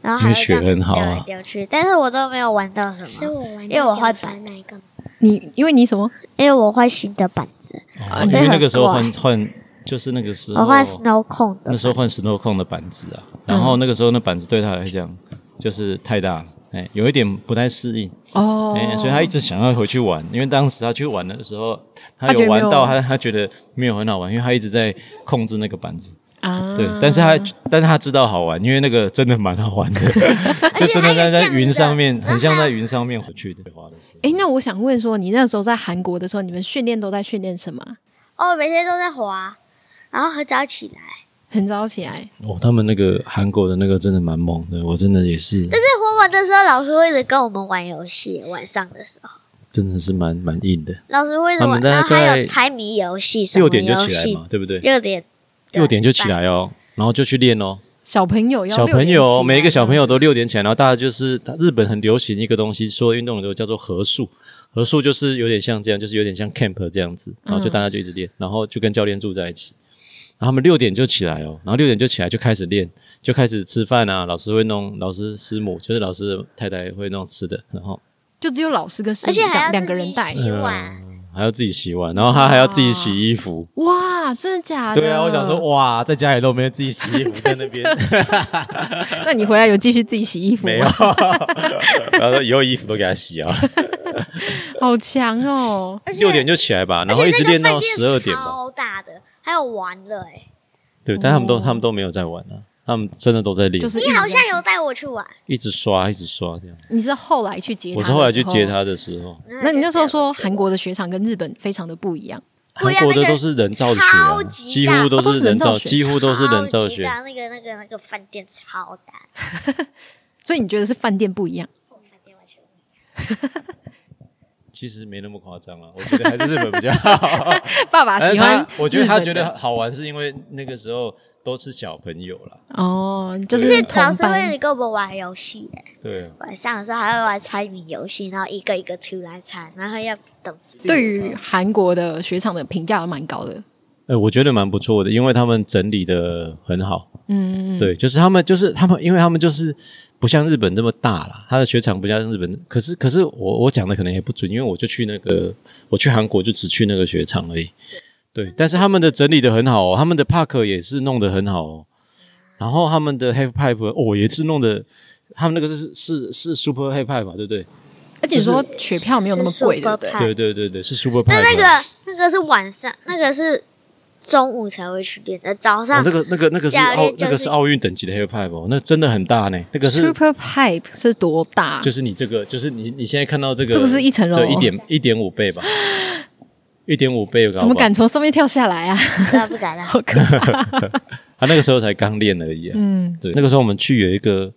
Speaker 1: 然后还
Speaker 3: 因为
Speaker 1: 会
Speaker 3: 雪
Speaker 1: 这样
Speaker 3: 很好啊
Speaker 1: 掉来掉去，但是我都没有玩到什
Speaker 2: 所以
Speaker 1: 么，
Speaker 2: 哎我玩，
Speaker 1: 因为我换板
Speaker 2: 哪一个？
Speaker 4: 你因为你什么？
Speaker 1: 因为我换新的板子，
Speaker 3: 哦因为那个时
Speaker 1: 所
Speaker 3: 候
Speaker 1: 以
Speaker 3: 换
Speaker 1: 很
Speaker 3: 换就是那个时候
Speaker 1: 我换 Snow Cone 的
Speaker 3: 哦那时候换 snow cone 的板子啊，然后那个时候那板子对他来讲就是太大了，哎，有一点不太适应，
Speaker 4: 哦
Speaker 3: 哎，所以他一直想要回去玩，因为当时他去玩的时候，他
Speaker 4: 他觉得
Speaker 3: 有玩
Speaker 4: 没有
Speaker 3: 到他他觉得没有很好玩，因为他一直在控制那个板子。
Speaker 4: 啊，
Speaker 3: 对，但是他但是他知道好玩，因为那个真的蛮好玩的，就真的在在云上面，很像在云上面回去的。
Speaker 4: 哎，那我想问说，你那时候在韩国的时候，你们训练都在训练什么啊？
Speaker 1: 哦，每天都在滑，然后很早起来，
Speaker 4: 很早起来，
Speaker 3: 哦，他们那个韩国的那个真的蛮猛的，我真的也是，
Speaker 1: 但是滑板的时候，老师会一直跟我们玩游戏，晚上的时候，
Speaker 3: 真的是蛮蛮硬的。
Speaker 1: 老师会一直
Speaker 3: 他
Speaker 1: 玩，
Speaker 3: 们大概
Speaker 1: 然后还有
Speaker 3: 在
Speaker 1: 猜谜游戏什么
Speaker 3: 六点就
Speaker 1: 游
Speaker 3: 起来
Speaker 1: 戏
Speaker 3: 嘛，，对不对？
Speaker 1: 六点
Speaker 3: 六点就起来哦，然后就去练哦。
Speaker 4: 小朋友要
Speaker 3: 小朋友哦每一个小朋
Speaker 4: 友
Speaker 3: 友都六点起来，然后大家就是日本很流行一个东西，说运动的时候叫做合宿。合宿就是有点像这样，就是有点像 camp 这样子，然后就大家就一直练，然后就跟教练住在一起。然后他们六点就起来哦，然后六点就起来就开始练，就开始吃饭啊。老师会弄，老师师母就是老师的太太会弄吃的，然后
Speaker 4: 就只有老师跟师
Speaker 1: 而
Speaker 4: 姐
Speaker 1: 且还要
Speaker 4: 两个人带
Speaker 1: 自，己洗碗。
Speaker 3: 还要自己洗碗，然后他还要自己洗衣服。
Speaker 4: 哇，真的假的？
Speaker 3: 对啊，我想说，哇，在家里都没有自己洗衣服，在那 [LAUGHS] 边。
Speaker 4: 那你回来有继续自己洗衣服吗？
Speaker 3: [LAUGHS] 没有，然后以后衣服都给他洗啊，
Speaker 4: [LAUGHS] 好强哦！
Speaker 3: 六点就起来吧，然后一直练到十二点吧。
Speaker 1: 超大的，还有玩的哎、
Speaker 3: 对，但他们都他们都没有在玩啊，他们真的都在练，
Speaker 4: 就是
Speaker 1: 你好像有带我去玩，
Speaker 3: 一直刷一直刷这样。
Speaker 4: 你是后来去接他，
Speaker 3: 我是后来去接。他的时候，
Speaker 4: 那你那时候说韩国的雪场跟日本非常的不一样，
Speaker 1: 不
Speaker 3: 韩
Speaker 1: 一样
Speaker 3: 国的
Speaker 1: 那个
Speaker 3: 都是人造雪
Speaker 1: 超
Speaker 3: 啊，
Speaker 1: 级
Speaker 3: 几
Speaker 1: 大
Speaker 3: 乎
Speaker 4: 哦都
Speaker 3: 都
Speaker 4: 是
Speaker 3: 是
Speaker 4: 人
Speaker 3: 人
Speaker 4: 造
Speaker 3: 造，
Speaker 4: 雪
Speaker 3: 几乎都是人造
Speaker 1: 超级
Speaker 3: 雪。
Speaker 1: 大那个那个那个饭店超大，
Speaker 4: 所以你觉得是饭店不一样？ [LAUGHS]
Speaker 1: 饭店完全不一样
Speaker 3: 其实没那么夸张啊，我觉得还是日本比较好。
Speaker 4: 爸爸喜
Speaker 3: 哎
Speaker 4: 欢
Speaker 3: 他，我觉得他觉
Speaker 4: 日
Speaker 3: 得
Speaker 4: 本
Speaker 3: 好玩是因为那个时候都是小朋友啦，
Speaker 4: 的哦，就
Speaker 3: 对
Speaker 4: 是
Speaker 3: 啊
Speaker 1: 老
Speaker 4: 同
Speaker 1: 师会一
Speaker 4: 班
Speaker 1: 直跟我们玩游戏哎、
Speaker 3: 对啊。
Speaker 1: 晚上的时候还会玩猜谜游戏，然后一个一个出来猜，然后要等级。
Speaker 4: 对于韩国的雪场的评价蛮高的，
Speaker 3: 呃，我觉得蛮不错的，因为他们整理的很好。
Speaker 4: 嗯，
Speaker 3: 对，就是他们，就是他们，因为他们就是不像日本这么大啦，他的雪场不像日本。可是，可是我我讲的可能也不准，因为我就去那个，我去韩国就只去那个雪场而已。对，但是他们的整理的很好哦，他们的 park 也是弄得很好哦，然后他们的 half pipe 哦也是弄得他们那个是是是 Super High 派吧，对不对？
Speaker 4: 而且说雪票没有那么贵，
Speaker 1: 是
Speaker 4: 对不对？
Speaker 1: Super 派
Speaker 3: 对对对对，是 Super 派
Speaker 1: 啊那
Speaker 3: 吧。
Speaker 1: 那个那个是晚上，那个是中午才会去练的，早
Speaker 3: 哦
Speaker 1: 上、
Speaker 3: 那个那个那个是
Speaker 1: 假日
Speaker 3: 奥、
Speaker 1: 就是
Speaker 3: 那个是奥运等级的 High 派吧？那真的很大呢，那个是
Speaker 4: Super Pipe 是多大？
Speaker 3: 就是你这个，就是你你现在看到这个，
Speaker 4: 这个是一层楼哦
Speaker 3: 对，一点一点五倍吧，一点五倍高吧，
Speaker 4: 怎么敢从上面跳下来啊？ [LAUGHS]
Speaker 1: 那不敢了。
Speaker 4: 好可怕！
Speaker 3: 他那个时候才刚练而已、啊。
Speaker 4: 嗯，
Speaker 3: 对，那个时候我们去有一个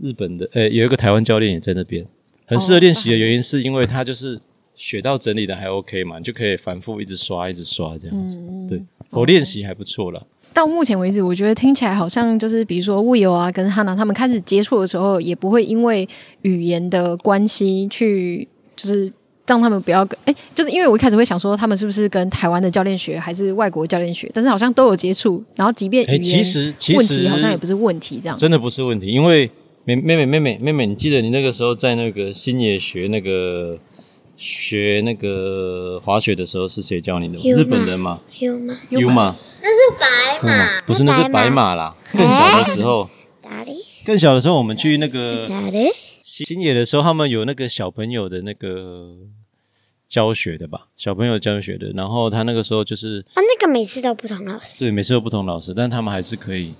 Speaker 3: 日本的，呃，有一个台湾教练也在那边，很
Speaker 4: 哦
Speaker 3: 适合练习的原因是因为他就是学到整理的还 OK 嘛，你就可以反复一直刷，一直刷这样
Speaker 4: 嗯
Speaker 3: 子。对，我练
Speaker 4: 哦
Speaker 3: 习还不错了。
Speaker 4: 到目前为止，我觉得听起来好像就是，比如说物友啊，跟汉娜他们开始接触的时候，也不会因为语言的关系去，就是让他们不要跟，哎、就是因为我一开始会想说，他们是不是跟台湾的教练学，还是外国教练学？但是好像都有接触，然后即便语
Speaker 3: 哎、
Speaker 4: 言
Speaker 3: 其实其
Speaker 4: 问
Speaker 3: 实
Speaker 4: 题好像也不是问题，这样
Speaker 3: 真的不是问题，因为妹妹妹妹妹妹妹，你记得你那个时候在那个新野学那个学那个滑雪的时候是谁教你的吗？
Speaker 2: Yuma
Speaker 3: 日本人嘛
Speaker 2: 有吗？
Speaker 3: ，Yuma，
Speaker 1: 那是白马，
Speaker 3: 不是，那是白马哎啦。更小的时候，
Speaker 2: 哪里？
Speaker 3: 更小的时候我们去那个
Speaker 2: 哪里？啊
Speaker 3: 新新野的时候，他们有那个小朋友的那个教学的吧，小朋友教学的。然后他那个时候就是
Speaker 2: 啊，那个每次都不同老师。
Speaker 3: 对每次有不同老师，但他们还是可以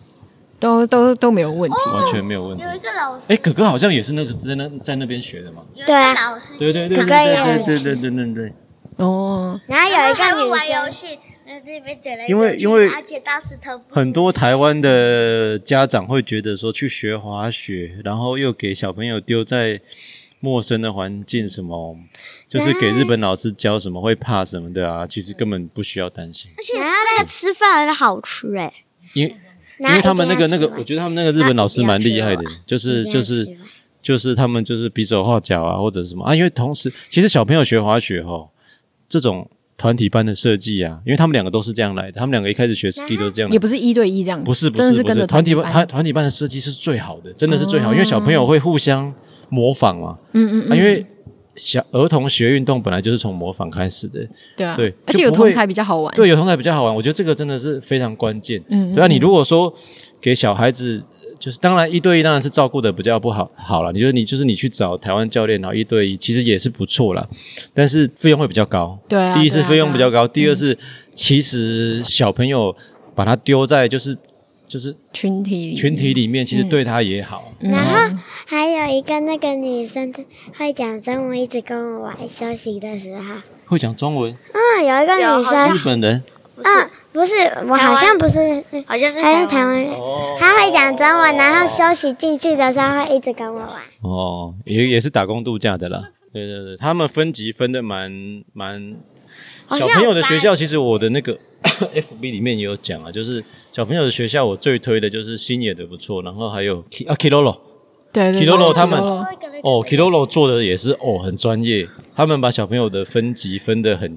Speaker 4: 都都都没有问题。
Speaker 3: 完全没有问题。
Speaker 1: 有一个老师，
Speaker 3: 哎，哥哥好像也是那个在那在那边学的嘛。
Speaker 1: 有一
Speaker 2: 对啊
Speaker 1: 个老师
Speaker 3: 对对对
Speaker 1: 经
Speaker 3: 对
Speaker 1: 常
Speaker 2: 可以啊
Speaker 3: 对对对对对对。
Speaker 4: 哦，
Speaker 2: 然后有
Speaker 1: 然
Speaker 2: 一
Speaker 1: 后还
Speaker 2: 个
Speaker 1: 会
Speaker 2: 女
Speaker 1: 玩游
Speaker 2: 生，
Speaker 1: 戏，那那边整来
Speaker 3: 因为
Speaker 1: 整去
Speaker 3: 因为
Speaker 1: 而且大石头布
Speaker 3: 很多台湾的家长会觉得说，去学滑雪，然后又给小朋友丢在陌生的环境，什么就是给日本老师教什么会怕什么的啊，
Speaker 2: 嗯
Speaker 3: 其实根本不需要担心，
Speaker 1: 而且那个吃饭很好吃哎、
Speaker 3: 因为因
Speaker 2: 然后
Speaker 3: 为
Speaker 2: 一定
Speaker 3: 他们那
Speaker 2: 要
Speaker 3: 个
Speaker 2: 啊
Speaker 3: 那
Speaker 2: 吃
Speaker 3: 个，
Speaker 2: 完
Speaker 3: 我觉得他们那个日本老师蛮厉害的，
Speaker 2: 啊
Speaker 3: 就是就是就是他们就是比手画脚啊，或者什么啊，因为同时其实小朋友学滑雪哦，这种团体班的设计啊，因为他们两个都是这样来的，他们两个一开始学 ski 都是这样来的
Speaker 4: 也不是一对一这样，
Speaker 3: 不是不
Speaker 4: 真的
Speaker 3: 是
Speaker 4: 是
Speaker 3: 不
Speaker 4: 跟
Speaker 3: 是
Speaker 4: 着
Speaker 3: 团体
Speaker 4: 班
Speaker 3: 班，团团体班的设计是最好的，真的是最好，因为小朋友会互相模仿嘛，
Speaker 4: 嗯嗯哦嗯，
Speaker 3: 啊，因为小儿童学运动本来就是从模仿开始的，
Speaker 4: 对啊，
Speaker 3: 对
Speaker 4: 而且有
Speaker 3: 就不会
Speaker 4: 同才比较好玩，
Speaker 3: 对，有同台比较好玩，我觉得这个真的是非常关键。
Speaker 4: 嗯，嗯，
Speaker 3: 对啊，你如果说给小孩子，呃就是当然一对一当然是照顾的比较不好好了，你就是你就是你去找台湾教练，然后一对一其实也是不错啦，但是费用会比较高。
Speaker 4: 对啊，
Speaker 3: 第一是
Speaker 4: 对啊
Speaker 3: 费用比较，
Speaker 4: 对啊
Speaker 3: 高，第二是其实小朋友把他丢在就是就是
Speaker 4: 群体
Speaker 3: 群体里面，其实对他也好。
Speaker 4: 嗯
Speaker 2: 然后还有一个那个女生她会讲中文，一直跟我玩。休息的时候，
Speaker 3: 会讲中文，
Speaker 2: 嗯，有一个
Speaker 1: 有
Speaker 2: 女
Speaker 1: 好像
Speaker 3: 日
Speaker 2: 生，
Speaker 3: 本人
Speaker 1: 不是，
Speaker 2: 嗯，不是，我
Speaker 1: 台湾
Speaker 2: 好像不是，嗯
Speaker 1: 好像是
Speaker 2: 她是台
Speaker 1: 湾
Speaker 2: 湾人，她会讲中文，然后休息进去的时候会一直跟我玩。
Speaker 3: 哦，也也是打工度假的啦。对对对，他们分级分的蛮蛮。
Speaker 1: 好
Speaker 3: 小
Speaker 1: 像
Speaker 3: 朋友的
Speaker 1: 有
Speaker 3: 学
Speaker 1: 八
Speaker 3: 校，其实我的那个 [COUGHS] FB 里面也有讲啊，就是小朋友的学校，我最推的就是星野的不错，然后还有 Ki- 啊 Kilolo
Speaker 4: 对对
Speaker 3: Kirolo
Speaker 4: 对
Speaker 3: 他们
Speaker 4: Kirolo
Speaker 3: 哦 Kilolo 做的也是哦很专业，他们把小朋友的分级分的很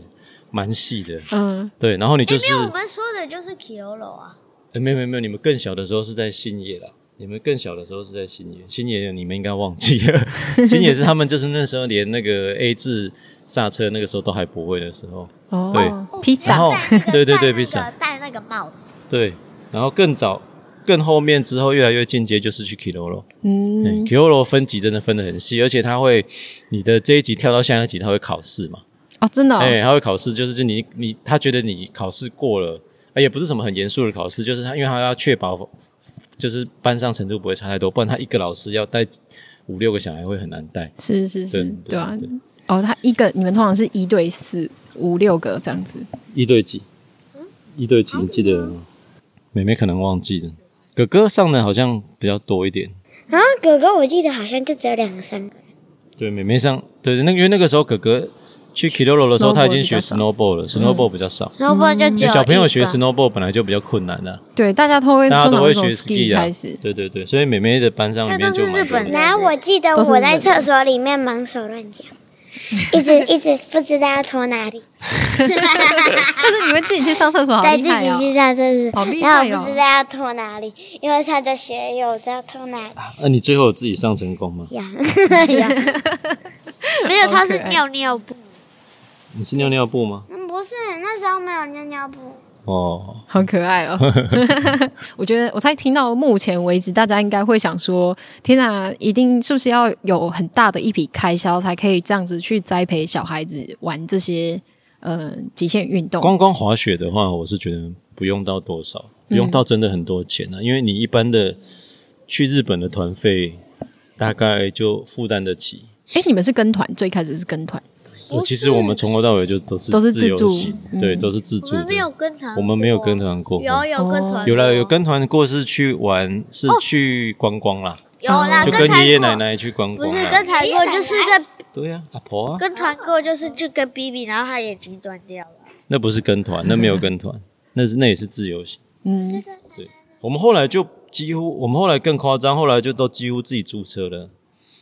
Speaker 3: 蛮细的，
Speaker 4: 嗯，
Speaker 3: 对，然后你
Speaker 2: 哎
Speaker 3: 就是
Speaker 1: 因为我们说的就是 Kiolo 啊，
Speaker 3: 呃，没有没有没有，你们更小的时候是在新野啦。你们更小的时候是在新野，新野你们应该忘记了。新野是他们就是那时候连那个 A 字刹车那个时候都还不会的时候，
Speaker 4: 哦
Speaker 3: 对，
Speaker 4: 披
Speaker 3: 然
Speaker 4: 萨
Speaker 3: 后
Speaker 1: 戴那个
Speaker 3: [LAUGHS] 对对
Speaker 1: 戴
Speaker 3: 对
Speaker 1: 那
Speaker 3: 披萨
Speaker 1: 个戴那个帽子，
Speaker 3: 对，然后更早、更后面之后越来越进阶就是去 Kilolo，嗯
Speaker 4: 嗯，
Speaker 3: ，Kilolo 分级真的分得很细，而且它会你的这一级跳到下一级，它会考试嘛，
Speaker 4: 哦，真的哦，
Speaker 3: 哎、他会考试，就是就你你他觉得你考试过了，哎也不是什么很严肃的考试，就是他因为他要确保就是班上程度不会差太多，不然他一个老师要带五六个小孩会很难带。
Speaker 4: 是是
Speaker 3: 对
Speaker 4: 是，对啊
Speaker 3: 对，
Speaker 4: 哦，他一个你们通常是一对四五六个这样子，
Speaker 3: 一对几？一嗯啊对几？你记得吗？妹妹可能忘记了，哥哥上的好像比较多一点。
Speaker 2: 然后啊哥哥我记得好像就只有两三个，
Speaker 3: 对，妹妹上对对，那个因为那个时候哥哥去 Kilolo 的时候，他已经学 snowboard
Speaker 4: Snowboard
Speaker 3: 了，snowboard 比较少。嗯
Speaker 1: 然后不然就只
Speaker 3: 因为
Speaker 1: 有
Speaker 3: 小朋友
Speaker 1: 一
Speaker 3: 学
Speaker 1: 个
Speaker 3: snowboard 本来就比较困难啊的、
Speaker 4: 对，大家都会
Speaker 3: 大家都会学
Speaker 4: 通常从
Speaker 3: ski 啊
Speaker 4: 开始，
Speaker 3: 对对对，所以妹妹的班上里面就蛮
Speaker 1: 那都是日
Speaker 3: 多
Speaker 1: 本
Speaker 3: 的
Speaker 1: 人
Speaker 2: 然后我记得
Speaker 4: 都是
Speaker 2: 我在
Speaker 4: 日本
Speaker 2: 厕所里面忙手乱脚，一直一直不知道要拖哪里，
Speaker 4: 但是你们自己去上厕所好
Speaker 2: 在自
Speaker 4: 厉害
Speaker 2: 己
Speaker 4: 哦，
Speaker 2: 去上厕
Speaker 4: 好
Speaker 2: 所，
Speaker 4: 厉
Speaker 2: 然后
Speaker 4: 害
Speaker 2: 我不知
Speaker 4: 哦，
Speaker 2: 道要拖哪里，因为他的学友知道拖哪里啊
Speaker 3: 那、啊你最后有自己上成功吗？
Speaker 2: 呀。呀
Speaker 1: 没有，
Speaker 4: 好
Speaker 1: 他
Speaker 4: 可
Speaker 1: 是
Speaker 4: 爱
Speaker 1: 尿尿布，
Speaker 3: 你是尿尿布吗？
Speaker 2: 嗯，不是，那时候没有尿尿布，
Speaker 3: 哦，
Speaker 4: 好可
Speaker 3: [LAUGHS]
Speaker 4: 爱哦！ [LAUGHS] 我觉得我猜听到目前为止，大家应该会想说：天哪，一定是不是要有很大的一笔开销才可以这样子去栽培小孩子玩这些呃极限运动？
Speaker 3: 光光滑雪的话，我是觉得不用到多少，不用到真的很多钱啊，因为你一般的去日本的团费大概就负担得起。
Speaker 4: 哎，你们是跟团，最开始是跟团，
Speaker 3: 我其实我们从头到尾就都是
Speaker 4: 都是自
Speaker 3: 由
Speaker 4: 助
Speaker 3: 行，对，都是自
Speaker 1: 我
Speaker 3: 助的
Speaker 1: 们没。有跟团，
Speaker 3: 我们没有跟，团过，
Speaker 1: 有有跟
Speaker 4: 哦
Speaker 1: 团，
Speaker 3: 有啦，有跟团过是去玩，是去观光啦，
Speaker 1: 有啦，
Speaker 3: 就
Speaker 1: 跟
Speaker 3: 啊跟
Speaker 1: 团
Speaker 3: 爷爷
Speaker 1: 过
Speaker 3: 奶奶去观
Speaker 1: 不
Speaker 3: 光啊
Speaker 1: 是
Speaker 3: 啦
Speaker 1: 跟。团过，就是跟
Speaker 3: 对呀、阿婆啊，
Speaker 1: 跟团过，就是就跟 B B，然后他眼睛断掉了。
Speaker 3: 那不是跟团，那没有跟团，那是那也是自由行。
Speaker 4: 嗯，
Speaker 3: 我们后来就几乎，我们后来更夸张，后来就都几乎自己租车了。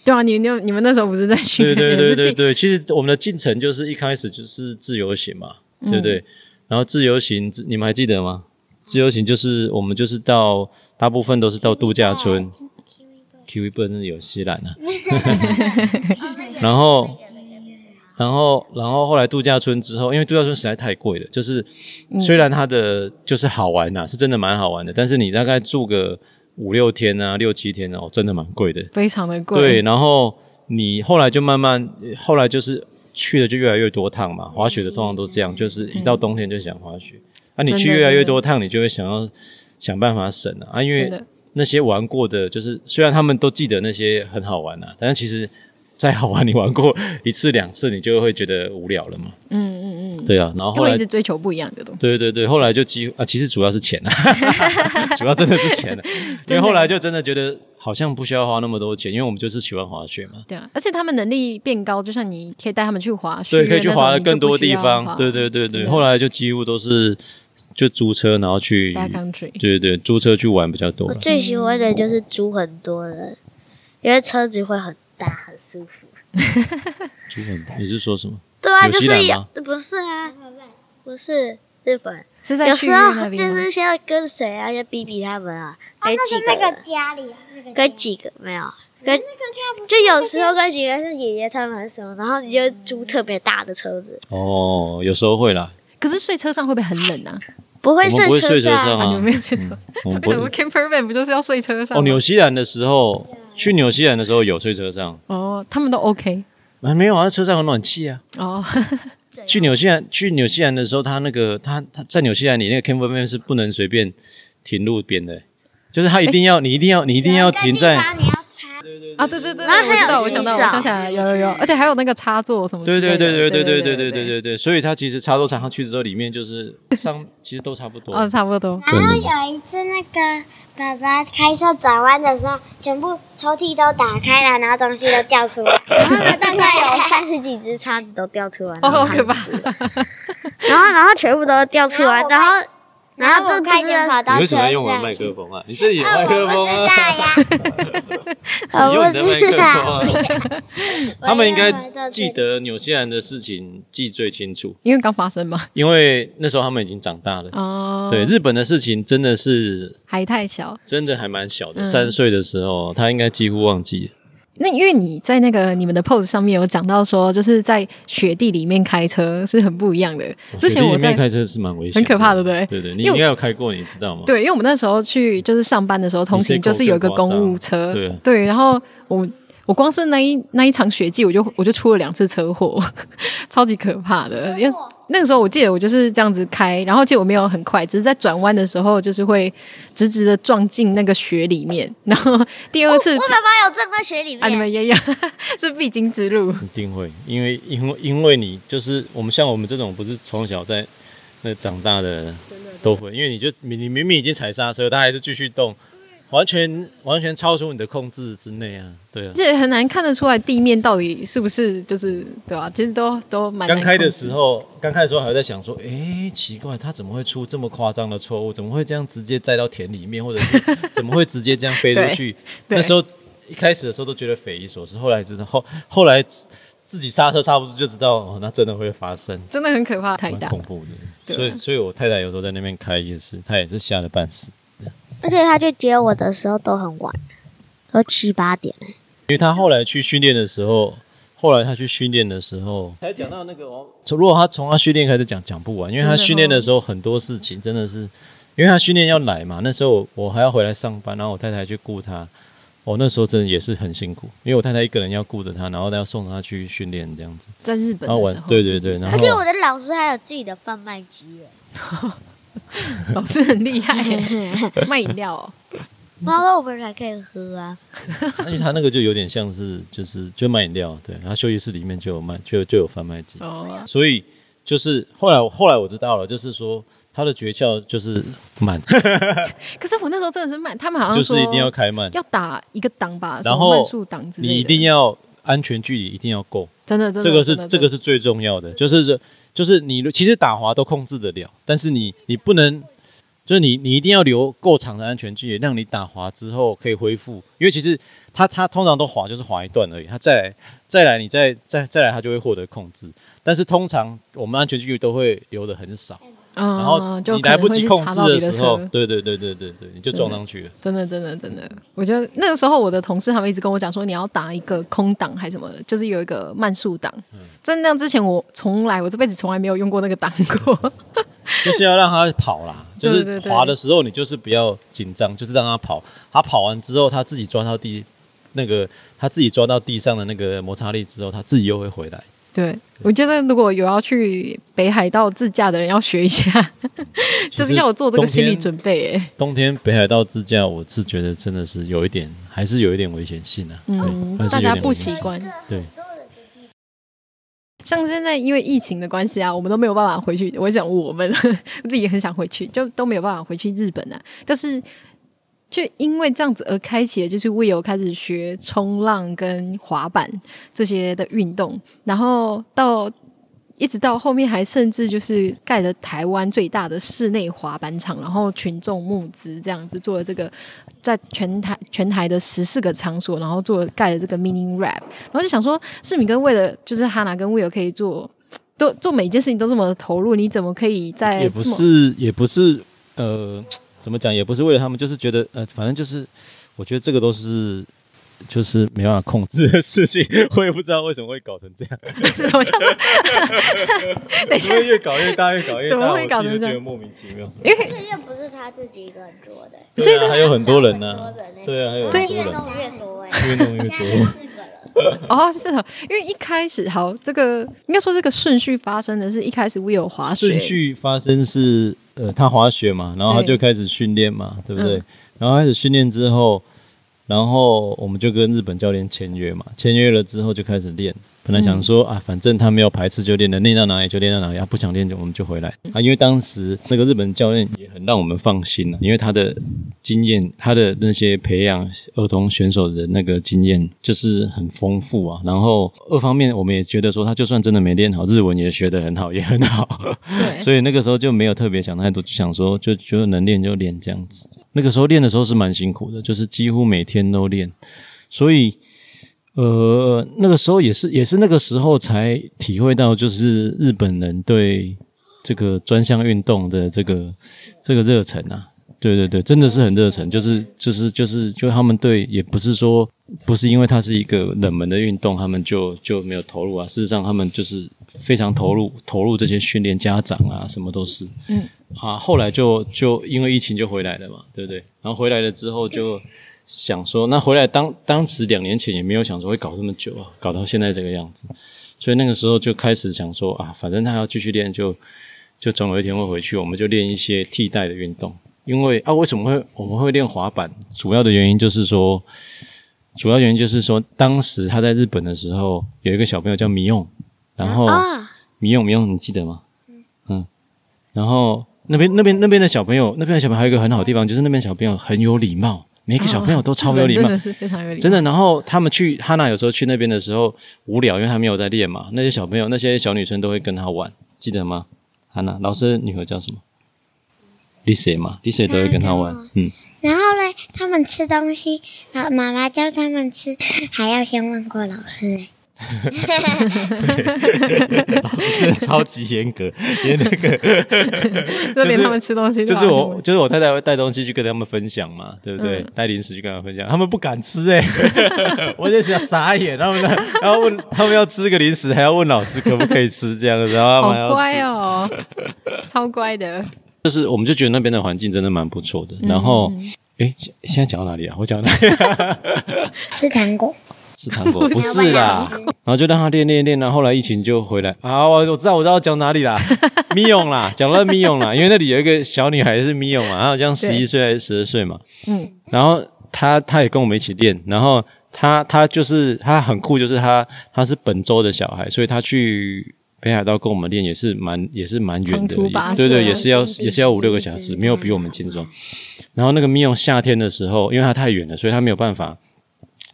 Speaker 4: 对啊，你你你们那时候不是在训
Speaker 3: 对
Speaker 4: [LAUGHS]
Speaker 3: 对
Speaker 4: 练，你们
Speaker 3: 对
Speaker 4: 是自
Speaker 3: 对
Speaker 4: 己
Speaker 3: 对，其实我们的进程就是一开始就是自由行嘛，对不对？然后自由行，自你们还记得吗？自由行就是我们就是到大部分都是到度假村，Kiwi b 真的有西兰啊。然后，然后，然后后来度假村之后，因为度假村实在太贵了，就是虽然它的就是好玩啊呐、是真的蛮好玩的，但是你大概住个五六天啊，六七天哦，真的蛮贵的。
Speaker 4: 非常的贵，
Speaker 3: 对，然后你后来就慢慢，后来就是去的就越来越多趟
Speaker 4: 嗯
Speaker 3: 嘛。滑雪的通常都这样，就是一到冬天就想滑雪。啊，你
Speaker 4: 真的
Speaker 3: 去越来越多趟，你就会想要想办法省啊。啊，因
Speaker 4: 真
Speaker 3: 为
Speaker 4: 的
Speaker 3: 那些玩过的，就是虽然他们都记得那些很好玩啊，但是其实再好玩，你玩过一次两次，你就会觉得无聊了嘛。嗯嗯嗯，对啊。然后
Speaker 4: 因
Speaker 3: 后
Speaker 4: 为
Speaker 3: 来
Speaker 4: 一直追求不一样的东西。
Speaker 3: 对对对，后来就几乎啊，其实主要是钱啊， [LAUGHS] 主要真的是钱啊，因为后来就真的觉得好像不需要花那么多钱，因为我们就是喜欢滑雪嘛，
Speaker 4: 对啊，而且他们能力变高，就像你可以带他们去滑雪，
Speaker 3: 对，可以去滑
Speaker 4: 了
Speaker 3: 的更多地方，对对对对，后来就几乎都是就租车然后去，
Speaker 4: 大 country，
Speaker 3: 对对，租车去玩比较多
Speaker 1: 我
Speaker 3: 了，
Speaker 1: 最喜欢的就是租很多人，因为车子会很大，很舒服。
Speaker 3: 租很多。你是说什么？
Speaker 1: 对啊，
Speaker 3: 纽
Speaker 1: 就
Speaker 3: 西
Speaker 1: 是
Speaker 3: 兰
Speaker 1: 有
Speaker 3: 吗
Speaker 1: 不是啊，不是日本，
Speaker 4: 是在
Speaker 1: 有
Speaker 4: 旭日
Speaker 1: 时
Speaker 4: 那
Speaker 1: 候
Speaker 4: 边
Speaker 1: 就
Speaker 4: 吗
Speaker 1: 是先要跟谁啊，要比比他们啊，跟
Speaker 2: 那
Speaker 1: 几
Speaker 2: 是
Speaker 1: 个
Speaker 2: 那个
Speaker 1: 人，
Speaker 2: 家里，啊那个
Speaker 1: 跟几个没有，跟就有时候跟几个是爷爷他们还是什么，然后你就租特别大的车子，
Speaker 3: 哦，有时候会啦，
Speaker 4: 可是睡车上会不会很冷啊？
Speaker 1: 不
Speaker 3: 我
Speaker 1: 会
Speaker 3: 们不会睡车
Speaker 1: 上
Speaker 3: 上
Speaker 1: 啊，
Speaker 4: 啊，你
Speaker 3: 啊
Speaker 4: 们没，有睡车？
Speaker 3: 我们
Speaker 4: 为
Speaker 3: 不
Speaker 4: 什么 camper van 不就是要睡车上吗？
Speaker 3: 哦，纽西兰的时候，去纽西兰的时候有睡车上，
Speaker 4: 哦，他们都 OK
Speaker 3: 啊没有啊，车上有暖气啊。
Speaker 4: 哦，
Speaker 3: 去纽西兰去纽西兰的时候，他那个他他在纽西兰里那个 campervan 是不能随便停路边的，就是他一定要、你一定要你一定要停在。
Speaker 2: 你要擦，
Speaker 4: 啊，对对对，
Speaker 1: 然后
Speaker 4: 对我知
Speaker 1: 还
Speaker 4: 道，
Speaker 1: 有
Speaker 4: 我想到，我
Speaker 1: 洗澡
Speaker 4: 想起来，有有有，而且还有那个插座什么
Speaker 3: 对
Speaker 4: 之类的，
Speaker 3: 对对对对
Speaker 4: 对
Speaker 3: 对对对
Speaker 4: 对
Speaker 3: 对对对，所以他其实插都插上去之后，里面就是上其实都差不多。
Speaker 4: 哦，差不多，
Speaker 2: 然后有一次那个爸爸开车转弯的时候，全部抽屉都打开了，然后东西都掉出来。
Speaker 1: 然后呢，大概有哦三十几只叉子都掉出来，
Speaker 4: 哦，
Speaker 1: 然后
Speaker 4: 好
Speaker 1: 砍
Speaker 4: 可怕，
Speaker 1: 然后然后全部都掉出来，然
Speaker 2: 然后
Speaker 1: 后然后
Speaker 2: 我
Speaker 1: 都不
Speaker 2: 快
Speaker 1: 知
Speaker 2: 点
Speaker 1: 道
Speaker 2: 跑到车上。
Speaker 3: 克风啊？你这里有麦啊
Speaker 2: 我不知道呀。啊
Speaker 1: 呃
Speaker 3: [LAUGHS]
Speaker 1: 我
Speaker 3: 你
Speaker 1: 知道，
Speaker 3: 啊！ [LAUGHS] 他们应该记得纽西兰的事情记最清楚，
Speaker 4: 因为刚发生嘛，
Speaker 3: 因为那时候他们已经长大了。
Speaker 4: 哦，
Speaker 3: 对，日本的事情真的是
Speaker 4: 还太小。
Speaker 3: 真的还蛮小
Speaker 4: 嗯
Speaker 3: 的，三岁的时候，他应该几乎忘记了。
Speaker 4: 那因为你在那个你们的 pose 上面有讲到说，就是在雪地里面开车是很不一样的。之前
Speaker 3: 雪地
Speaker 4: 我
Speaker 3: 里面
Speaker 4: 在
Speaker 3: 开车是蛮危险，
Speaker 4: 很可怕对不对
Speaker 3: 对对，你
Speaker 4: 因为
Speaker 3: 应该有开过，你知道吗？，
Speaker 4: 对，因为我们那时候去就是上班的时候通行，就是有一个公务车，
Speaker 3: 对
Speaker 4: 然后我我光是那一那一场雪季，我就我就出了两次车祸， [LAUGHS] 超级可怕的。因为那个时候我记得我就是这样子开，然后结果没有很快，只是在转弯的时候就是会直直的撞进那个雪里面，然后第二次、
Speaker 1: 我爸爸有正在雪里
Speaker 4: 啊你
Speaker 1: 面，
Speaker 4: 们也有 [LAUGHS] 是必经之路，
Speaker 3: 一定会，因为因为因为你就是我们像我们这种不是从小在那长大的，都会，因为你就你你明明已经踩刹车，他还是继续动，完全完全超出你的控制之内啊，对啊。
Speaker 4: 这也很难看得出来地面到底是不是就是对吧、其实都都蛮难
Speaker 3: 刚开的
Speaker 4: 控制
Speaker 3: 时候，刚开的时候还在想说，诶，奇怪，他怎么会出这么夸张的错误？怎么会这样直接栽到田里面，或者
Speaker 4: [LAUGHS]
Speaker 3: 是怎么会直接这样飞出去？
Speaker 4: 对
Speaker 3: 那时候一开始的时候都觉得匪夷所思，后来真的后后来自自己刹车刹不住就知道，哦，那真的会发生，
Speaker 4: 真的很可怕，太
Speaker 3: 蛮
Speaker 4: 大了
Speaker 3: 恐怖的。
Speaker 4: 对啊
Speaker 3: 所以，所以我太太有时候在那边开夜市，她也是吓得半死，
Speaker 1: 而且他去接我的时候都很晚，都七八点了。
Speaker 3: 因为她后来去训练的时候，后来他去训练的时候，他讲到那个哦，如果他从他训练开始讲，讲不完，因为他训练的时候很多事情真的是，因为他训练要来嘛，那时候我我还要回来上班，然后我太太去顾他，哦，那时候真的也是很辛苦，因为我太太一个人要顾着他，然后要送他去训练这样子，
Speaker 4: 在日本
Speaker 3: 然后
Speaker 4: 的
Speaker 3: 晚
Speaker 4: 时候，
Speaker 3: 对对对，然后
Speaker 1: 而且我的老师还有自己的贩卖机耶，
Speaker 4: 老师很厉害耶，卖饮料哦，
Speaker 1: 包括我们才可以喝啊。
Speaker 3: 因为他那个就有点像是就是就卖饮料，对，然后休息室里面就有卖就就有贩卖机，
Speaker 4: 哦，
Speaker 3: 所以就是后来后来我知道了，就是说他的诀窍就是慢，
Speaker 4: 可是我那时候真的是慢，他们好像
Speaker 3: 就是一定要
Speaker 4: 说
Speaker 3: 开慢，
Speaker 4: 要打一个档吧，
Speaker 3: 然
Speaker 4: 什么
Speaker 3: 后
Speaker 4: 慢速档之类的，
Speaker 3: 你一定要安全距离一定要够，
Speaker 4: 真的真的，
Speaker 3: 这个是
Speaker 4: 真的
Speaker 3: 这个是最重要的，就是这就是你其实打滑都控制得了，但是你你不能。就是你，你一定要留够长的安全距离，让你打滑之后可以恢复。因为其实它它通常都滑就是滑一段而已，它再来再来你再再再来，它就会获得控制。但是通常我们安全距离都会留的很少，
Speaker 4: 嗯，
Speaker 3: 然后
Speaker 4: 就
Speaker 3: 你
Speaker 4: 可
Speaker 3: 来
Speaker 4: 能
Speaker 3: 不
Speaker 4: 会
Speaker 3: 及
Speaker 4: 去
Speaker 3: 控
Speaker 4: 查
Speaker 3: 制
Speaker 4: 到别的
Speaker 3: 时候
Speaker 4: 车，
Speaker 3: 对对对对对对，你就撞上去了。
Speaker 4: 真的，真的，真的，我觉得那个时候我的同事他们一直跟我讲说，你要打一个空档还是什么的，就是有一个慢速档。
Speaker 3: 嗯
Speaker 4: 在那之前，我从来我这辈子从来没有用过那个档
Speaker 3: [LAUGHS]
Speaker 4: 过。
Speaker 3: 就是要让他跑啦，就
Speaker 4: 对
Speaker 3: 是
Speaker 4: 对对
Speaker 3: 滑的时候你就是不要紧张，就是让他跑，他跑完之后他自己抓到地那个他自己抓到地上的那个摩擦力之后，他自己又会回来。
Speaker 4: 对，我觉得如果有要去北海道自驾的人，要学一下， [LAUGHS] 就
Speaker 3: 其
Speaker 4: 是
Speaker 3: 实
Speaker 4: 要有做这个心理
Speaker 3: 冬天
Speaker 4: 准备。哎，
Speaker 3: 冬天北海道自驾，我是觉得真的是有一点，还是有一点危险性啊。对
Speaker 4: 嗯，
Speaker 3: 还是
Speaker 4: 大
Speaker 3: 有
Speaker 4: 家
Speaker 3: 点
Speaker 4: 不
Speaker 3: 危
Speaker 4: 习
Speaker 3: 险
Speaker 4: 惯。
Speaker 3: 对，
Speaker 4: 像现在因为疫情的关系啊，我们都没有办法回去。我讲我们 [LAUGHS] 自己也很想回去，就都没有办法回去日本啊。但是，就因为这样子而开启的，就是 Will 开始学冲浪跟滑板这些的运动，然后到一直到后面还甚至就是盖了台湾最大的室内滑板场，然后群众募资这样子做了这个，在全台全台的十四个场所，然后做了盖了这个 mini rap，然后就想说，世敏哥为了就是哈娜跟 Will 可以做。都做每件事情都这么投入，你怎么可以在
Speaker 3: 也不
Speaker 4: 哎这么
Speaker 3: 是也不是呃，怎么讲也不是为了他们，就是觉得呃，反正就是我觉得这个都是。就是没办法控制的事情，我也不知道为什么会搞成这样。
Speaker 4: 是我想说，
Speaker 3: [LAUGHS]
Speaker 4: 等一
Speaker 3: 因
Speaker 4: 下，
Speaker 3: 为越搞越大，越搞越大，
Speaker 4: 怎么会搞成
Speaker 3: 我自己都
Speaker 4: 这样
Speaker 3: 觉得莫名其妙。
Speaker 1: 这又不是他自己一个人做的，
Speaker 4: 所以
Speaker 3: 对啊，还有很多人呢、
Speaker 1: 很多人欸
Speaker 3: 对啊，还有
Speaker 4: 对
Speaker 3: 很多人，
Speaker 1: 越多哎、
Speaker 3: 越弄越多。
Speaker 1: 四个人。
Speaker 4: 哦，是哦，因为一开始好，这个应该说这个顺序发生的是一开始 Will 滑
Speaker 3: [LAUGHS]
Speaker 4: 雪，
Speaker 3: 顺序发生是呃，他滑雪嘛，然后他
Speaker 4: 对
Speaker 3: 就开始训练嘛，对不对？
Speaker 4: 嗯
Speaker 3: 然后开始训练之后，然后我们就跟日本教练签约嘛，签约了之后就开始练。本来想说、啊，反正他没有排斥就练了，练到哪里就练到哪里，啊他、不想练就我们就回来啊。因为当时那个日本教练也很让我们放心了、啊因为他的经验，他的那些培养儿童选手的那个经验就是很丰富啊。然后二方面，我们也觉得说，他就算真的没练好，日文也学得很好，也很好。[LAUGHS]
Speaker 4: 对，
Speaker 3: 所以那个时候就没有特别想太多，就想说就就能练就练这样子。那个时候练的时候是蛮辛苦的，就是几乎每天都练，所以呃那个时候也是也是那个时候才体会到，就是日本人对这个专项运动的这个这个热忱啊。对对对，真的是很热忱，就是就是就是就他们对也不是说不是因为它是一个冷门的运动，他们就就没有投入啊。事实上，他们就是非常投入投入这些训练，家长啊什么都是。嗯啊，后来就就因为疫情就回来了嘛，对不对？然后回来了之后就想说，那回来当当时两年前也没有想说会搞这么久啊，搞到现在这个样子，所以那个时候就开始想说啊，反正他要继续练就，就总有一天会回去，我们就练一些替代的运动。因为啊，为什么会我们会练滑板？主要的原因就是说，主要原因就是说，当时他在日本的时候，有一个小朋友叫米用，然后、
Speaker 1: 啊，
Speaker 3: 米用米用，你记得吗？嗯，然后那边那边那边的小朋友，那边的小朋友还有一个很好的地方，就是那边小朋友很有礼貌，每个小朋友都超有礼
Speaker 4: 日本
Speaker 3: 貌
Speaker 4: 嗯哦真，的是非常有礼貌，
Speaker 3: 真的。然后他们去哈娜有时候去那边的时候无聊，因为他没有在练嘛，那些小朋友那些小女生都会跟他玩，记得吗？哈娜老师的女儿叫什么？Lisa 嘛，Lisa 都会跟他玩，
Speaker 4: 啊
Speaker 3: 嗯。
Speaker 2: 然后嘞，他们吃东西，然后妈妈叫他们吃，还要先问过老师。
Speaker 3: 是超级严格，连那个
Speaker 4: 就连他们吃东西都
Speaker 3: 就是
Speaker 4: 要
Speaker 3: 我就是我太太会带东西去跟他们分享嘛，对不对？带零食去跟他们分享，他们不敢吃哎、我就想傻眼，他们然后问他们要吃个零食，还要问老师可不可以吃这样子，然后他们还
Speaker 4: 好
Speaker 3: 要吃
Speaker 4: 乖哦，超乖的。
Speaker 3: 就是我们就觉得那边的环境真的蛮不错的。然后，诶，现现在讲到哪里啊？我讲到哪里、啊？
Speaker 2: 吃糖果，
Speaker 3: 是糖果， [LAUGHS] 不是啊啦。然后就让他练练练，然后后来疫情就回来啊。我我知道我知道讲哪里 [LAUGHS] 啦，米勇啦，讲到米勇啦，因为那里有一个小女孩是米勇嘛，她好像十一岁还是十二岁嘛。嗯。然后她她也跟我们一起练，然后她她就是她很酷，就是她她是本州的小孩，所以她去。北海道跟我们练也是蛮也是蛮远的
Speaker 4: 长途跋涉，
Speaker 3: 对对，也是要也是要五六个小时，没有比我们轻松。然后那个米勇夏天的时候，因为他太远了，所以他没有办法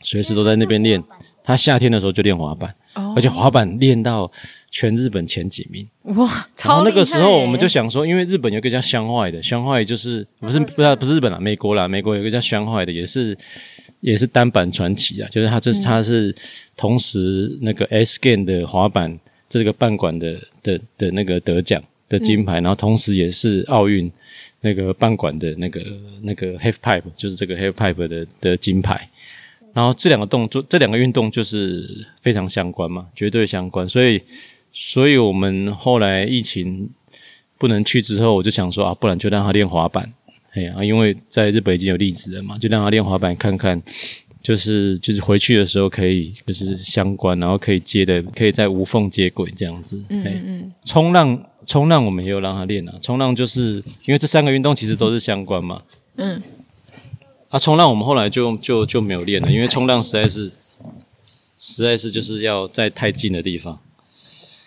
Speaker 3: 随时都在那边练。他夏天的时候就练滑板，而且滑板练到全日本前几名。
Speaker 4: 哇，
Speaker 3: 然
Speaker 4: 超
Speaker 3: 后
Speaker 4: 厉害
Speaker 3: 那个时候我们就想说，因为日本有一个叫香坏的，香坏就是不是不是不是日本啦，美国啦，美国有一个叫香坏的，也是也是单板传奇啊，就是他这、是他是同时那个 S Game 的滑板这个半管的的的那个得奖的金牌，然后同时也是奥运那个半管的那个那个 Half Pipe，就是这个 Half Pipe 的的金牌。然后这两个动作，这两个运动就是非常相关嘛，绝对相关。所以，所以我们后来疫情不能去之后，我就想说啊，不然就让他练滑板。哎呀、啊因为在日本已经有例子了嘛，就让他练滑板看看，就是就是回去的时候可以就是相关，然后可以接的，可以在无缝接轨这样子。嗯嗯，冲浪冲浪我们也有让他练啊，冲浪就是因为这三个运动其实都是相关嘛。
Speaker 4: 嗯，
Speaker 3: 啊，冲浪我们后来就就就没有练了，因为冲浪实在是实在是就是要在太近的地方。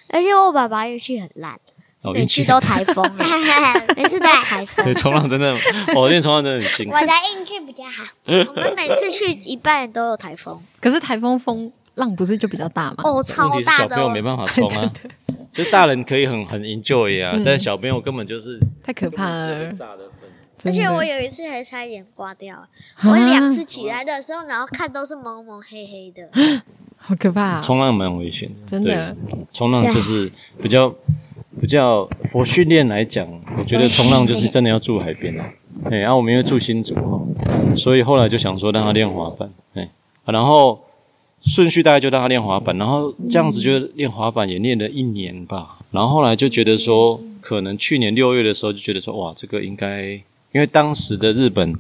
Speaker 1: 而且我爸爸运气很烂，
Speaker 3: 哦，
Speaker 1: 每
Speaker 3: 运
Speaker 1: 次
Speaker 3: 气
Speaker 1: 都台风，啊每次都台
Speaker 3: 对
Speaker 1: [LAUGHS] 风。
Speaker 3: 冲浪真的，我练冲浪真的很辛苦
Speaker 2: 我。的运气比较好。
Speaker 1: 我们每次去一半都有台风，
Speaker 4: 可是台风风浪不是就比较大吗？
Speaker 1: 哦，
Speaker 3: 问
Speaker 1: 超
Speaker 3: 题是
Speaker 1: 大
Speaker 3: 小
Speaker 1: 的
Speaker 3: 朋友没
Speaker 1: 哦。
Speaker 3: 办法
Speaker 4: [LAUGHS]
Speaker 3: 冲啊，就大人可以很很 enjoy 啊，但小朋友根本就是
Speaker 4: 太嗯可怕了，
Speaker 3: 炸的粉。
Speaker 1: 而
Speaker 4: 真的啊
Speaker 1: 且我有一次还差一点挂掉，我两次起来的时候，然后看都是蒙蒙黑黑的，
Speaker 4: 好可怕、
Speaker 3: 冲浪蛮危险的，
Speaker 4: 真的
Speaker 3: 对。冲浪就是比较比较佛训练来讲，我觉得冲浪就是真的要住海边啊。哎，然、后我们因为住新竹哦，所以后来就想说让他练滑板，哎、啊然后顺序大概就让他练滑板，然后这样子就练滑板也练了一年吧。然后后来就觉得说，可能去年六月的时候就觉得说，哇，这个应该，因为当时的日本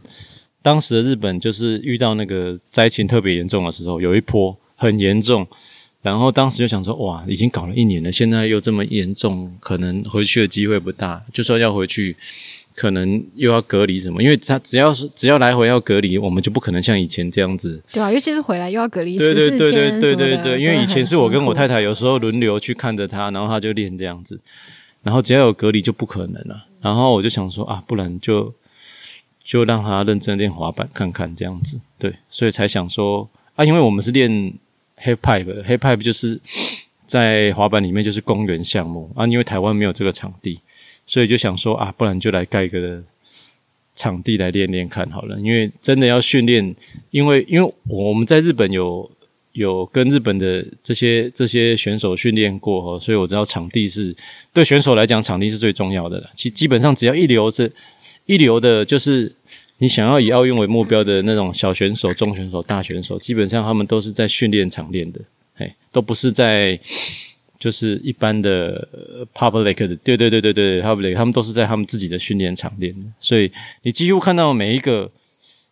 Speaker 3: 当时的日本就是遇到那个灾情特别严重的时候，有一波很严重，然后当时就想说，哇，已经搞了一年了，现在又这么严重，可能回去的机会不大。就算要回去，可能又要隔离什么，因为他只要是只要来回要隔离，我们就不可能像以前这样子。
Speaker 4: 对啊，尤其是回来又要隔离
Speaker 3: 对
Speaker 4: 14
Speaker 3: 对对
Speaker 4: 天
Speaker 3: 对对对
Speaker 4: 什么的
Speaker 3: 对，因为以前是我跟我太
Speaker 4: 真的很
Speaker 3: 太有
Speaker 4: 辛苦
Speaker 3: 时候轮流去看着她，然后她就练这样子，然后只要有隔离就不可能了。然后我就想说啊，不然就就让她认真练滑板看看这样子，对，所以才想说啊，因为我们是练 hip pipe，hip pipe 就是在滑板里面就是公园项目啊，因为台湾没有这个场地，所以就想说啊，不然就来盖一个场地来练练看好了，因为真的要训练，因为因为我们在日本有有跟日本的这些这些选手训练过哦，所以我知道场地是对选手来讲，场地是最重要的了。其基本上只要一流这一流的，就是你想要以奥运为目标的那种小选手、中选手、大选手，基本上他们都是在训练场练的，哎，都不是在就是一般的呃 public 的，对对对对对 public，他们都是在他们自己的训练场练的。所以你几乎看到每一个。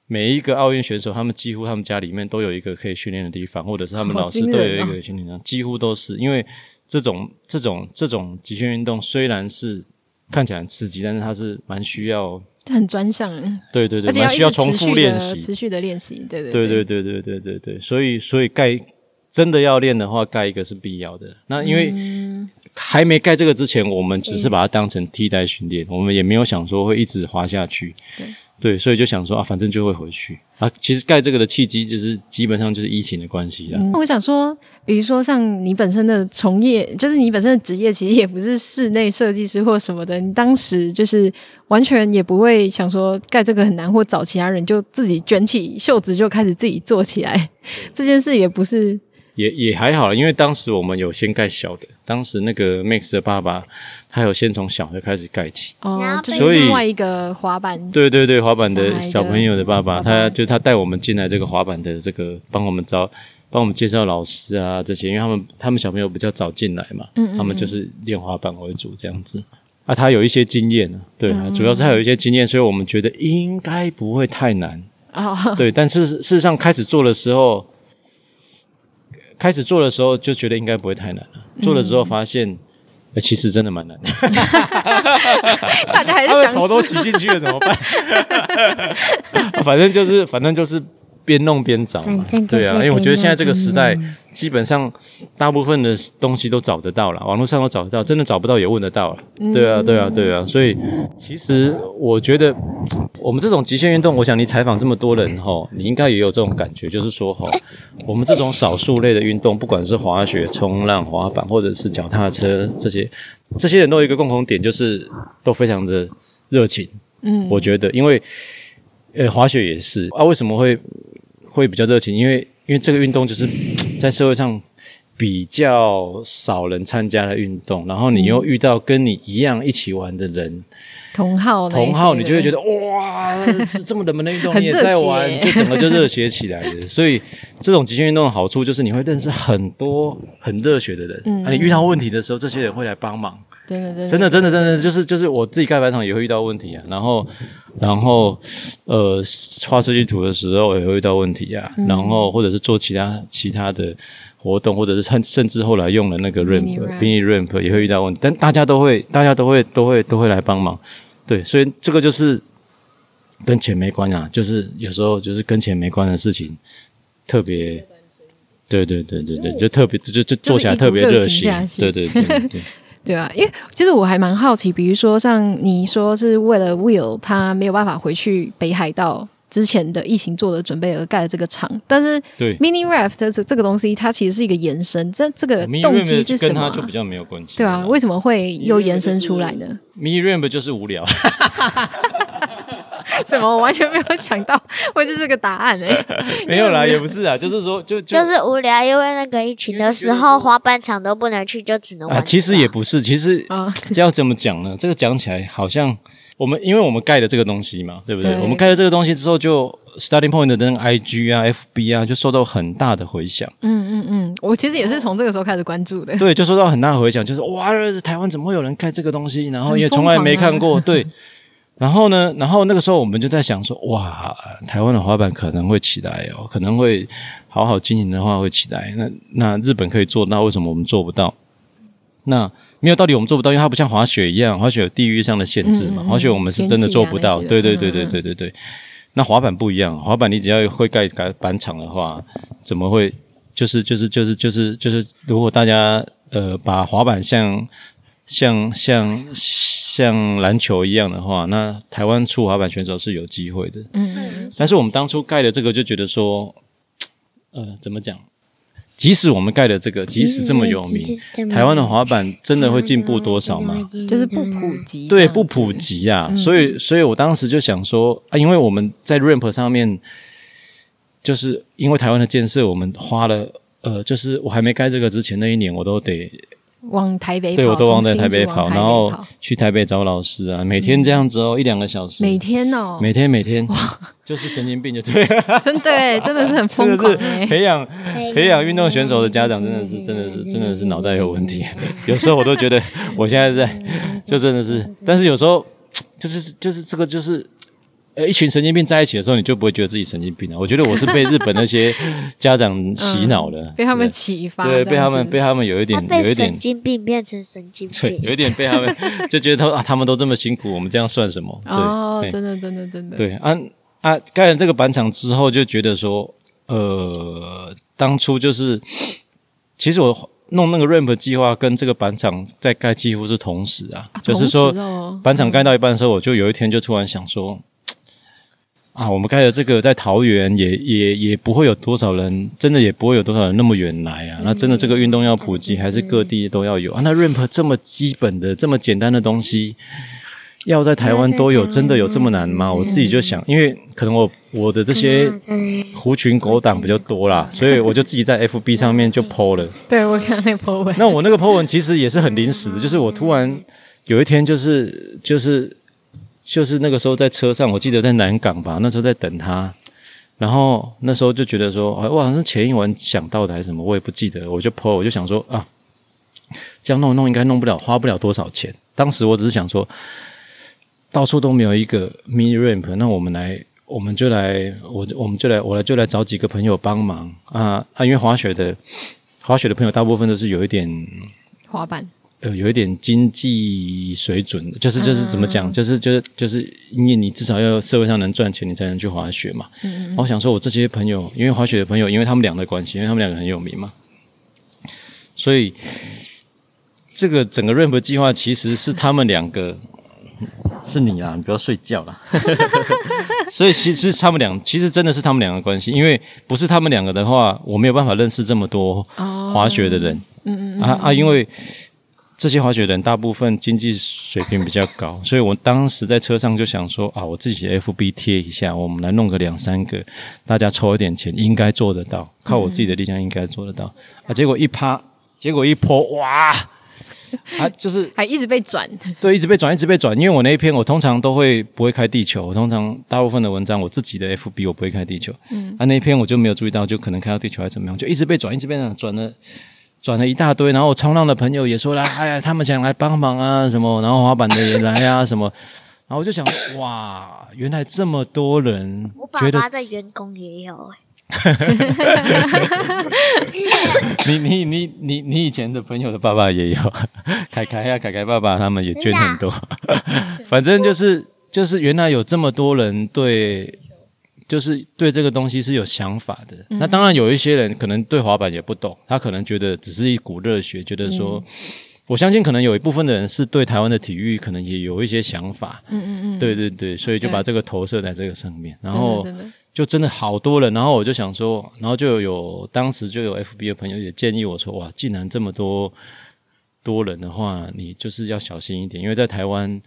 Speaker 3: 每一个奥运选手，他们几乎他们家里面都有一个可以训练的地方，或者是他们
Speaker 4: 好
Speaker 3: 老师
Speaker 4: 惊
Speaker 3: 都有
Speaker 4: 人
Speaker 3: 一
Speaker 4: 哦
Speaker 3: 个训练地方，几乎都是因为这种这种这种极限运动虽然是看起来很刺激，但是它是蛮需要，
Speaker 4: 很专项，
Speaker 3: 对对对
Speaker 4: 而，且
Speaker 3: 蛮需要
Speaker 4: 一直持
Speaker 3: 重
Speaker 4: 续
Speaker 3: 复
Speaker 4: 地
Speaker 3: 练习
Speaker 4: 持，续的练习，对对
Speaker 3: 对对
Speaker 4: 对
Speaker 3: 对对对对对，所以所以盖真的要练的话，盖一个是必要的。那因为
Speaker 4: 嗯
Speaker 3: 还没盖这个之前，我们只是把它当成替代训练，我们也没有想说会一直滑下去。对，所以就想说啊，反正就会回去啊。其实盖这个的契机就是基本上就是疫情的关系啦。
Speaker 4: 那我想说，比如说像你本身的从业，就是你本身的职业，其实也不是室内设计师或什么的。你当时就是完全也不会想说盖这个很难，或找 [LAUGHS] 其他人，就自己卷起袖子就开始自己做起来。这件事也不是
Speaker 3: 也也还好啦，因为当时我们有先盖小的，当时那个 Max 的爸爸他有先从小的开始盖起。
Speaker 4: 哦，这是
Speaker 3: 所以
Speaker 4: 另外一个滑板，
Speaker 3: 对对对，滑板
Speaker 4: 小
Speaker 3: 的
Speaker 4: 孩
Speaker 3: 小
Speaker 4: 的
Speaker 3: 朋友的爸爸，
Speaker 4: 爸爸
Speaker 3: 他就他带我们进来这个滑板的这个，帮我们找，帮我们介绍老师啊这些，因为他们他们小朋友比较早进来嘛，
Speaker 4: 嗯嗯
Speaker 3: 他们就是练滑板为主这样子。啊，他有一些经验啊，对
Speaker 4: 哦
Speaker 3: 啊，主要是他有一些经验，所以我们觉得应该不会太难。
Speaker 4: 哦， [LAUGHS]
Speaker 3: 对，但是事实上开始做的时候，开始做的时候就觉得应该不会太难了、
Speaker 4: 嗯
Speaker 3: 做了之后发现，呃其实真的蛮难的，
Speaker 4: 大家还是
Speaker 3: 他的
Speaker 4: 想
Speaker 3: 头都
Speaker 4: 试
Speaker 3: 洗进去了怎么
Speaker 4: [LAUGHS]
Speaker 3: 办？反正就是，反正就是边弄边找嘛
Speaker 2: 反正，就是
Speaker 3: 对啊，因嗯为我觉得现在这个时代
Speaker 2: 边弄边，
Speaker 3: 基本上大部分的东西都找得到了，网络上都找得到，真的找不到也问得到了，对啊，对啊，对啊，所以其实我觉得我们这种极限运动，我想你采访这么多人哈，你应该也有这种感觉，就是说哈，我们这种少数类的运动，不管是滑雪、冲浪、滑板，或者是脚踏车这些，这些人都有一个共同点，就是都非常的热情。嗯，我觉得，因为呃，滑雪也是啊，为什么会会比较热情？因为因为这个运动就是在社会上比较少人参加的运动，然后你又遇到跟你一样一起玩的人，
Speaker 4: 同号那一些的，
Speaker 3: 同号，你就会觉得哇，是这么冷门的运动，
Speaker 4: 很 [LAUGHS]
Speaker 3: 你也
Speaker 4: 热
Speaker 3: 在
Speaker 4: 血
Speaker 3: 玩，就整个就热血起来
Speaker 4: [LAUGHS]
Speaker 3: 了。所以这种极限运动的好处就是你会认识很多很热血的人，
Speaker 4: 嗯
Speaker 3: 啊，你遇到问题的时候，这些人会来帮忙。
Speaker 4: 真的真的
Speaker 3: 真的，真的，真的，就是就是我自己盖板厂也会遇到问题啊，然后然后呃画设计图的时候也会遇到问题啊，
Speaker 4: 嗯
Speaker 3: 然后或者是做其他其他的活动，或者是甚甚至后来用了那个 ramp
Speaker 4: ramp
Speaker 3: mini ramp 也会遇到问题，但大家都会大家都会都会都会来帮忙，对，所以这个就是跟钱没关啊，就是有时候就是跟钱没关的事情特别。对对对对对，就特别就就做起来
Speaker 4: 一股
Speaker 3: 特别
Speaker 4: 热
Speaker 3: 热
Speaker 4: 情
Speaker 3: 血
Speaker 4: 下，去
Speaker 3: 对对对对。
Speaker 4: 对啊，因为其实我还蛮好奇，比如说像你说是为了 Will 他没有办法回去北海道之前的疫情做的准备而盖的这个厂，但是 [LAUGHS]
Speaker 3: 对
Speaker 4: Mini Raft 这这个东西它其实是一个延伸，这这个
Speaker 3: 迷
Speaker 4: 动机是什
Speaker 3: 哦跟
Speaker 4: 么
Speaker 3: 他
Speaker 4: 啊、
Speaker 3: 就比较没有关系。
Speaker 4: 对啊，为什么会又延伸出来呢？
Speaker 3: 迷 ramp 就是无
Speaker 4: [LAUGHS]
Speaker 3: 聊，
Speaker 4: 什么我完全没有想到会是这个答案
Speaker 3: [LAUGHS]
Speaker 4: 哎、
Speaker 3: 没有啦，也不是啊，就是说就就
Speaker 1: 就是无聊，因为那个疫情的时候，滑板场都不能去，就只能玩
Speaker 3: 啊，
Speaker 1: 滑。
Speaker 3: 其实也不是，其
Speaker 4: [LAUGHS]
Speaker 3: 实
Speaker 4: 啊
Speaker 3: 这要怎么讲呢？这个讲起来好像我们因为我们盖了这个东西嘛，对不对？
Speaker 4: 对
Speaker 3: 我们盖了这个东西之后，就 starting point 的那个 IG 啊、FB 啊，就受到很大的回响。
Speaker 4: 嗯嗯嗯，我其实也是从这个时候开始关注的。
Speaker 3: 对，就受到很大的回响，就是哇，台湾怎么会有人盖这个东西？然后
Speaker 4: 很
Speaker 3: 也
Speaker 4: 疯
Speaker 3: 从来没
Speaker 4: 狂啊
Speaker 3: 看过，对。然后呢，然后那个时候我们就在想说，哇，台湾的滑板可能会起来哦，可能会好好经营的话会起来。那那日本可以做到，为什么我们做不到？那没有道理，我们做不到，因为它不像滑雪一样，滑雪有地域上的限制嘛。
Speaker 4: 嗯嗯嗯
Speaker 3: 滑雪我们是真的做不到，
Speaker 4: 天气啊
Speaker 3: 对对
Speaker 4: 那些
Speaker 3: 对
Speaker 4: 的
Speaker 3: 对对对对。那滑板不一样，滑板你只要会盖改板场的话，怎么会就是就是就是就是就是，如果大家呃把滑板像像像像篮球一样的话，那台湾出滑板选手是有机会的。
Speaker 4: 嗯，
Speaker 3: 但是我们当初盖的这个就觉得说，呃，怎么讲？即使我们盖的这个，即使这么有
Speaker 4: 嗯
Speaker 3: 名，台湾的滑板真的会进步多少吗？
Speaker 4: 就是不普及，
Speaker 3: 对，不普及啊，
Speaker 4: 嗯
Speaker 3: 所以，所以我当时就想说，啊，因为我们在 ramp 上面，就是因为台湾的建设，我们花了，呃，就是我还没盖这个之前那一年，我都得，
Speaker 4: 往台北跑，
Speaker 3: 对我都往在
Speaker 4: 在
Speaker 3: 台北跑，然后去台北找老师啊，每天这样子哦，一两个小时，
Speaker 4: 每天哦，
Speaker 3: 每天每天，就是神经病就对了，
Speaker 4: [LAUGHS] 真的哎，真的是很
Speaker 3: 真
Speaker 4: 疯
Speaker 3: 的
Speaker 4: 狂
Speaker 3: 是
Speaker 4: [LAUGHS] 哎、
Speaker 3: 培养培养运动选手的家长，真的是真的是真的是脑袋有问
Speaker 4: [LAUGHS]
Speaker 3: 题。有时候我都觉得我现在
Speaker 4: 嗯
Speaker 3: 在，就真的是，但是有时候就是就是这个就是。呃，一群神经病在一起的时候，你就不会觉得自己神经病啊了、我觉得我是被日本那些家长洗脑的，
Speaker 4: 嗯被他们
Speaker 3: 对
Speaker 4: 启发，
Speaker 3: 对，
Speaker 4: 这样子
Speaker 3: 被他们被他们有一
Speaker 1: 他
Speaker 3: 点
Speaker 1: 被
Speaker 3: 有一
Speaker 1: 神
Speaker 3: 点
Speaker 1: 经病变成神经
Speaker 3: 对，有
Speaker 1: 病，
Speaker 3: 一点被他们就觉得他啊，他们都这么辛苦，我们这样算什么？对，
Speaker 4: 哦，
Speaker 3: 嘿
Speaker 4: 真的真的真的，
Speaker 3: 对啊啊，盖了这个板厂之后，就觉得说，呃，当初就是，其实我弄那个 ramp 计划跟这个板厂在盖几乎是同时啊，
Speaker 4: 啊
Speaker 3: 就是说
Speaker 4: 同时哦
Speaker 3: 板厂盖到一半的时候，我就有一天就突然想说。啊，我们盖的这个在桃园也也也不会有多少人，真的也不会有多少人那么远来啊。那真的这个运动要普及，还是各地都要有啊。那 ramp 这么基本的、这么简单的东西，要在台湾都有，真的有这么难吗？我自己就想，因为可能我我的这些狐群狗党比较多啦，所以我就自己在 FB 上面就 PO 了。
Speaker 4: 对我看那个 po 文，
Speaker 3: 那我那个 po 文其实也是很临时的，就是我突然有一天就是就是就是那个时候在车上，我记得在南港吧，那时候在等他，然后那时候就觉得说，哎，我好像是前一晚想到的还是什么，我也不记得，我就 po，我就想说啊，这样弄一弄应该弄不了，花不了多少钱。当时我只是想说，到处都没有一个 mini ramp，那我们来。我们就来，我我们就来，我来就来找几个朋友帮忙啊啊！因为滑雪的滑雪的朋友大部分都是有一点
Speaker 4: 滑板
Speaker 3: 呃有一点经济水准的，就是就是怎么讲，就是就是就是因为你至少要社会上能赚钱，你才能去滑雪嘛。然后我想说，我这些朋友，因为滑雪的朋友，因为他们俩的关系，因为他们两个很有名嘛，所以这个整个 ramp 计划其实是他们两个。是你啦，你不要睡觉啦。 [LAUGHS] 所以其实他们俩，其实真的是他们两个关系，因为不是他们两个的话，我没有办法认识这么多 [LAUGHS]
Speaker 4: 哦
Speaker 3: 滑雪的人。哦嗯嗯啊啊，因为这些滑雪人大部分经济水平比较 [LAUGHS] 高，所以我当时在车上就想说啊，我自己 FB 贴一下，我们来弄个两三个，大家抽一点钱，应该做得到，靠我自己的力量应该做得到。啊，结果一趴，结果一泼，哇！啊，就是
Speaker 4: 还一直被转，
Speaker 3: 对，一直被转，一直被转。因为我那一篇，我通常都会不会开地球，我通常大部分的文章，我自己的 FB 我不会开地球。嗯，啊，那一篇我就没有注意到，就可能看到地球还怎么样，就一直被转，一直被转，转了转了一大堆。然后我冲浪的朋友也说啦，哎呀，他们想来帮忙啊什么，然后滑板的也来啊什么。然后我就想，哇，原来这么多人
Speaker 1: 我爸
Speaker 3: 觉得
Speaker 1: 爸的员工也有、欸，
Speaker 4: [LAUGHS]
Speaker 3: 你你你你你以前的朋友的爸爸也有， [LAUGHS] 凯凯呀、凯凯爸爸他们也捐很多，
Speaker 4: 啊
Speaker 3: [LAUGHS] 反正就是就是原来有这么多人对，就是对这个东西是有想法的。
Speaker 4: 嗯
Speaker 3: 那当然有一些人可能对滑板也不懂，他可能觉得只是一股热血，觉得
Speaker 4: 嗯
Speaker 3: 说。我相信，可能有一部分的人是对台湾的体育可能也有一些想法，嗯嗯嗯，对对对，所以就把这个投射在这个上面，然后
Speaker 4: 真的真的
Speaker 3: 就真的好多人，然后我就想说，然后就有当时就有 FB 的朋友也建议我说，哇，既然这么多多人的话，你就是要小心一点，因为在台湾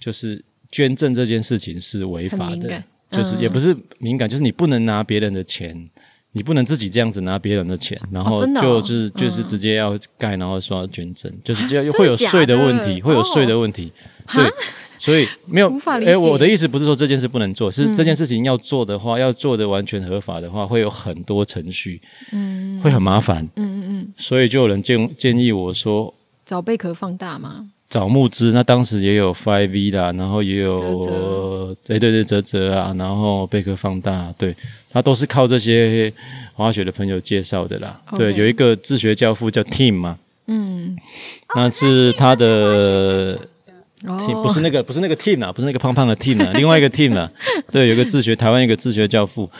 Speaker 3: 就是捐赠这件事情是违法
Speaker 4: 很敏
Speaker 3: 的
Speaker 4: 感，嗯
Speaker 3: 就是也不是敏感，就是你不能拿别人的钱，你不能自己这样子拿别人的钱，然后
Speaker 4: 哦真的
Speaker 3: 就
Speaker 4: 哦
Speaker 3: 就是就是直接要盖，然后说要捐赠，就是这样
Speaker 4: 的
Speaker 3: 会有税
Speaker 4: 假的哦
Speaker 3: 问题，会有税的问题，对。所以没有
Speaker 4: 无法，理
Speaker 3: 诶
Speaker 4: 解嗯
Speaker 3: 我的意思不是说这件事不能做，是这件事情要做的话，要做的完全合法的话，会有很多程序，嗯，会很麻烦，嗯嗯嗯。所以就有人建建议我说，
Speaker 4: 找贝壳放大嘛，
Speaker 3: 找募资，那当时也有 Five V 啦，然后也有
Speaker 4: 泽泽
Speaker 3: 哎、对对泽泽啊，然后贝壳放大，对，他都是靠这些滑雪的朋友介绍的啦。
Speaker 4: OK
Speaker 3: 对，有一个自学教父叫 Tim 嘛，
Speaker 4: 嗯，
Speaker 3: 那是他的 Tim，、
Speaker 4: 哦，
Speaker 3: 不是那个不是那个 Tim 啊，不是那个胖胖的 Tim
Speaker 4: [LAUGHS]
Speaker 3: 啊，另外一个 Tim 啊，对，有个自学台湾一个自学教父。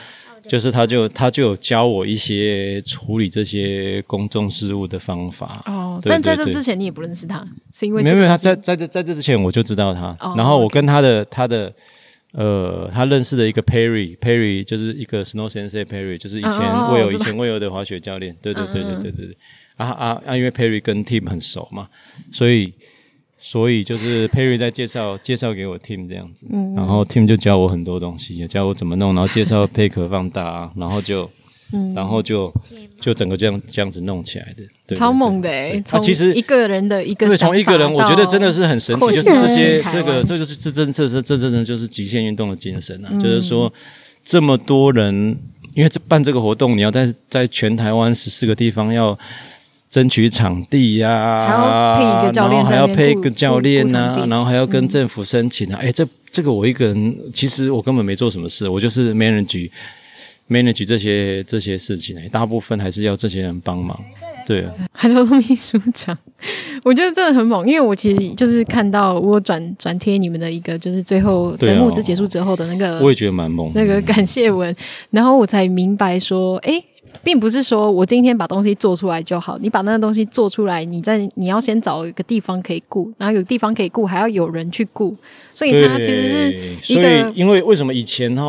Speaker 3: 就是他就他就有教我一些处理这些公众事务的方法
Speaker 4: 哦，
Speaker 3: 对
Speaker 4: 但在
Speaker 3: 对
Speaker 4: 这
Speaker 3: 对
Speaker 4: 之前你也不认识他，是因为
Speaker 3: 没有没有，他
Speaker 4: 这
Speaker 3: 在
Speaker 4: 个东西
Speaker 3: 在这在这之前我就知道他，
Speaker 4: 哦
Speaker 3: 然后我
Speaker 4: OK
Speaker 3: 跟他的他的呃，他认识的一个 Perry Perry 就是一个 Snow Sensei Perry，就是以前
Speaker 4: 哦哦
Speaker 3: 魏友、
Speaker 4: 我
Speaker 3: 以
Speaker 4: 知道嗯
Speaker 3: 前魏友的滑雪教练，对对对对对对对，啊啊啊！因为 Perry 跟 Tim 很熟嘛，所以所以就是 Perry 在介绍介绍给我 Tim 这样子，
Speaker 4: 嗯
Speaker 3: 然后 Tim 就教我很多东西，也教我怎么弄，然后介绍配壳放大、啊，然后就。
Speaker 4: 嗯
Speaker 3: 然后就就整个这样这样子弄起来的，对对
Speaker 4: 超
Speaker 3: 对
Speaker 4: 猛的哎，
Speaker 3: 啊
Speaker 4: 从
Speaker 3: 其实
Speaker 4: 一个人的一个
Speaker 3: 对，
Speaker 4: 想
Speaker 3: 从一个人，
Speaker 4: 法
Speaker 3: 我觉得真的是很神奇，就是这些
Speaker 4: 到
Speaker 3: 这
Speaker 4: 扩
Speaker 3: 个，
Speaker 4: 散
Speaker 3: 这就是这真这这这真的就是极限运动的精神
Speaker 4: 嗯
Speaker 3: 啊！就是说，这么多人，因为这办这个活动，你要在在全台湾十四个地方要。争取场地呀、
Speaker 4: 还要配一个教练
Speaker 3: 然后还要
Speaker 4: 在那边
Speaker 3: 配一个
Speaker 4: 顾
Speaker 3: 教练
Speaker 4: 顾
Speaker 3: 呐、
Speaker 4: 场地嗯
Speaker 3: 然后还要跟政府申请啊。哎、这这个我一个人，其实我根本没做什么事，我就是 manage manage 这些这些事情、哎，大部分还是要这些人帮忙。对啊，
Speaker 4: 还都是秘书长，我觉得真的很猛，因为我其实就是看到我转转贴你们的一个，就是最后
Speaker 3: 对
Speaker 4: 在
Speaker 3: 啊
Speaker 4: 募资结束之后的那个
Speaker 3: 我也觉得蛮猛的。
Speaker 4: 那个感谢文，然后我才明白说，诶，并不是说我今天把东西做出来就好，你把那个东西做出来，你在你要先找一个地方可以雇，然后有地方可以雇，还要有人去雇，所以
Speaker 3: 对，
Speaker 4: 它其实是一
Speaker 3: 所以
Speaker 4: 个嗯
Speaker 3: 因为为什么以前哈，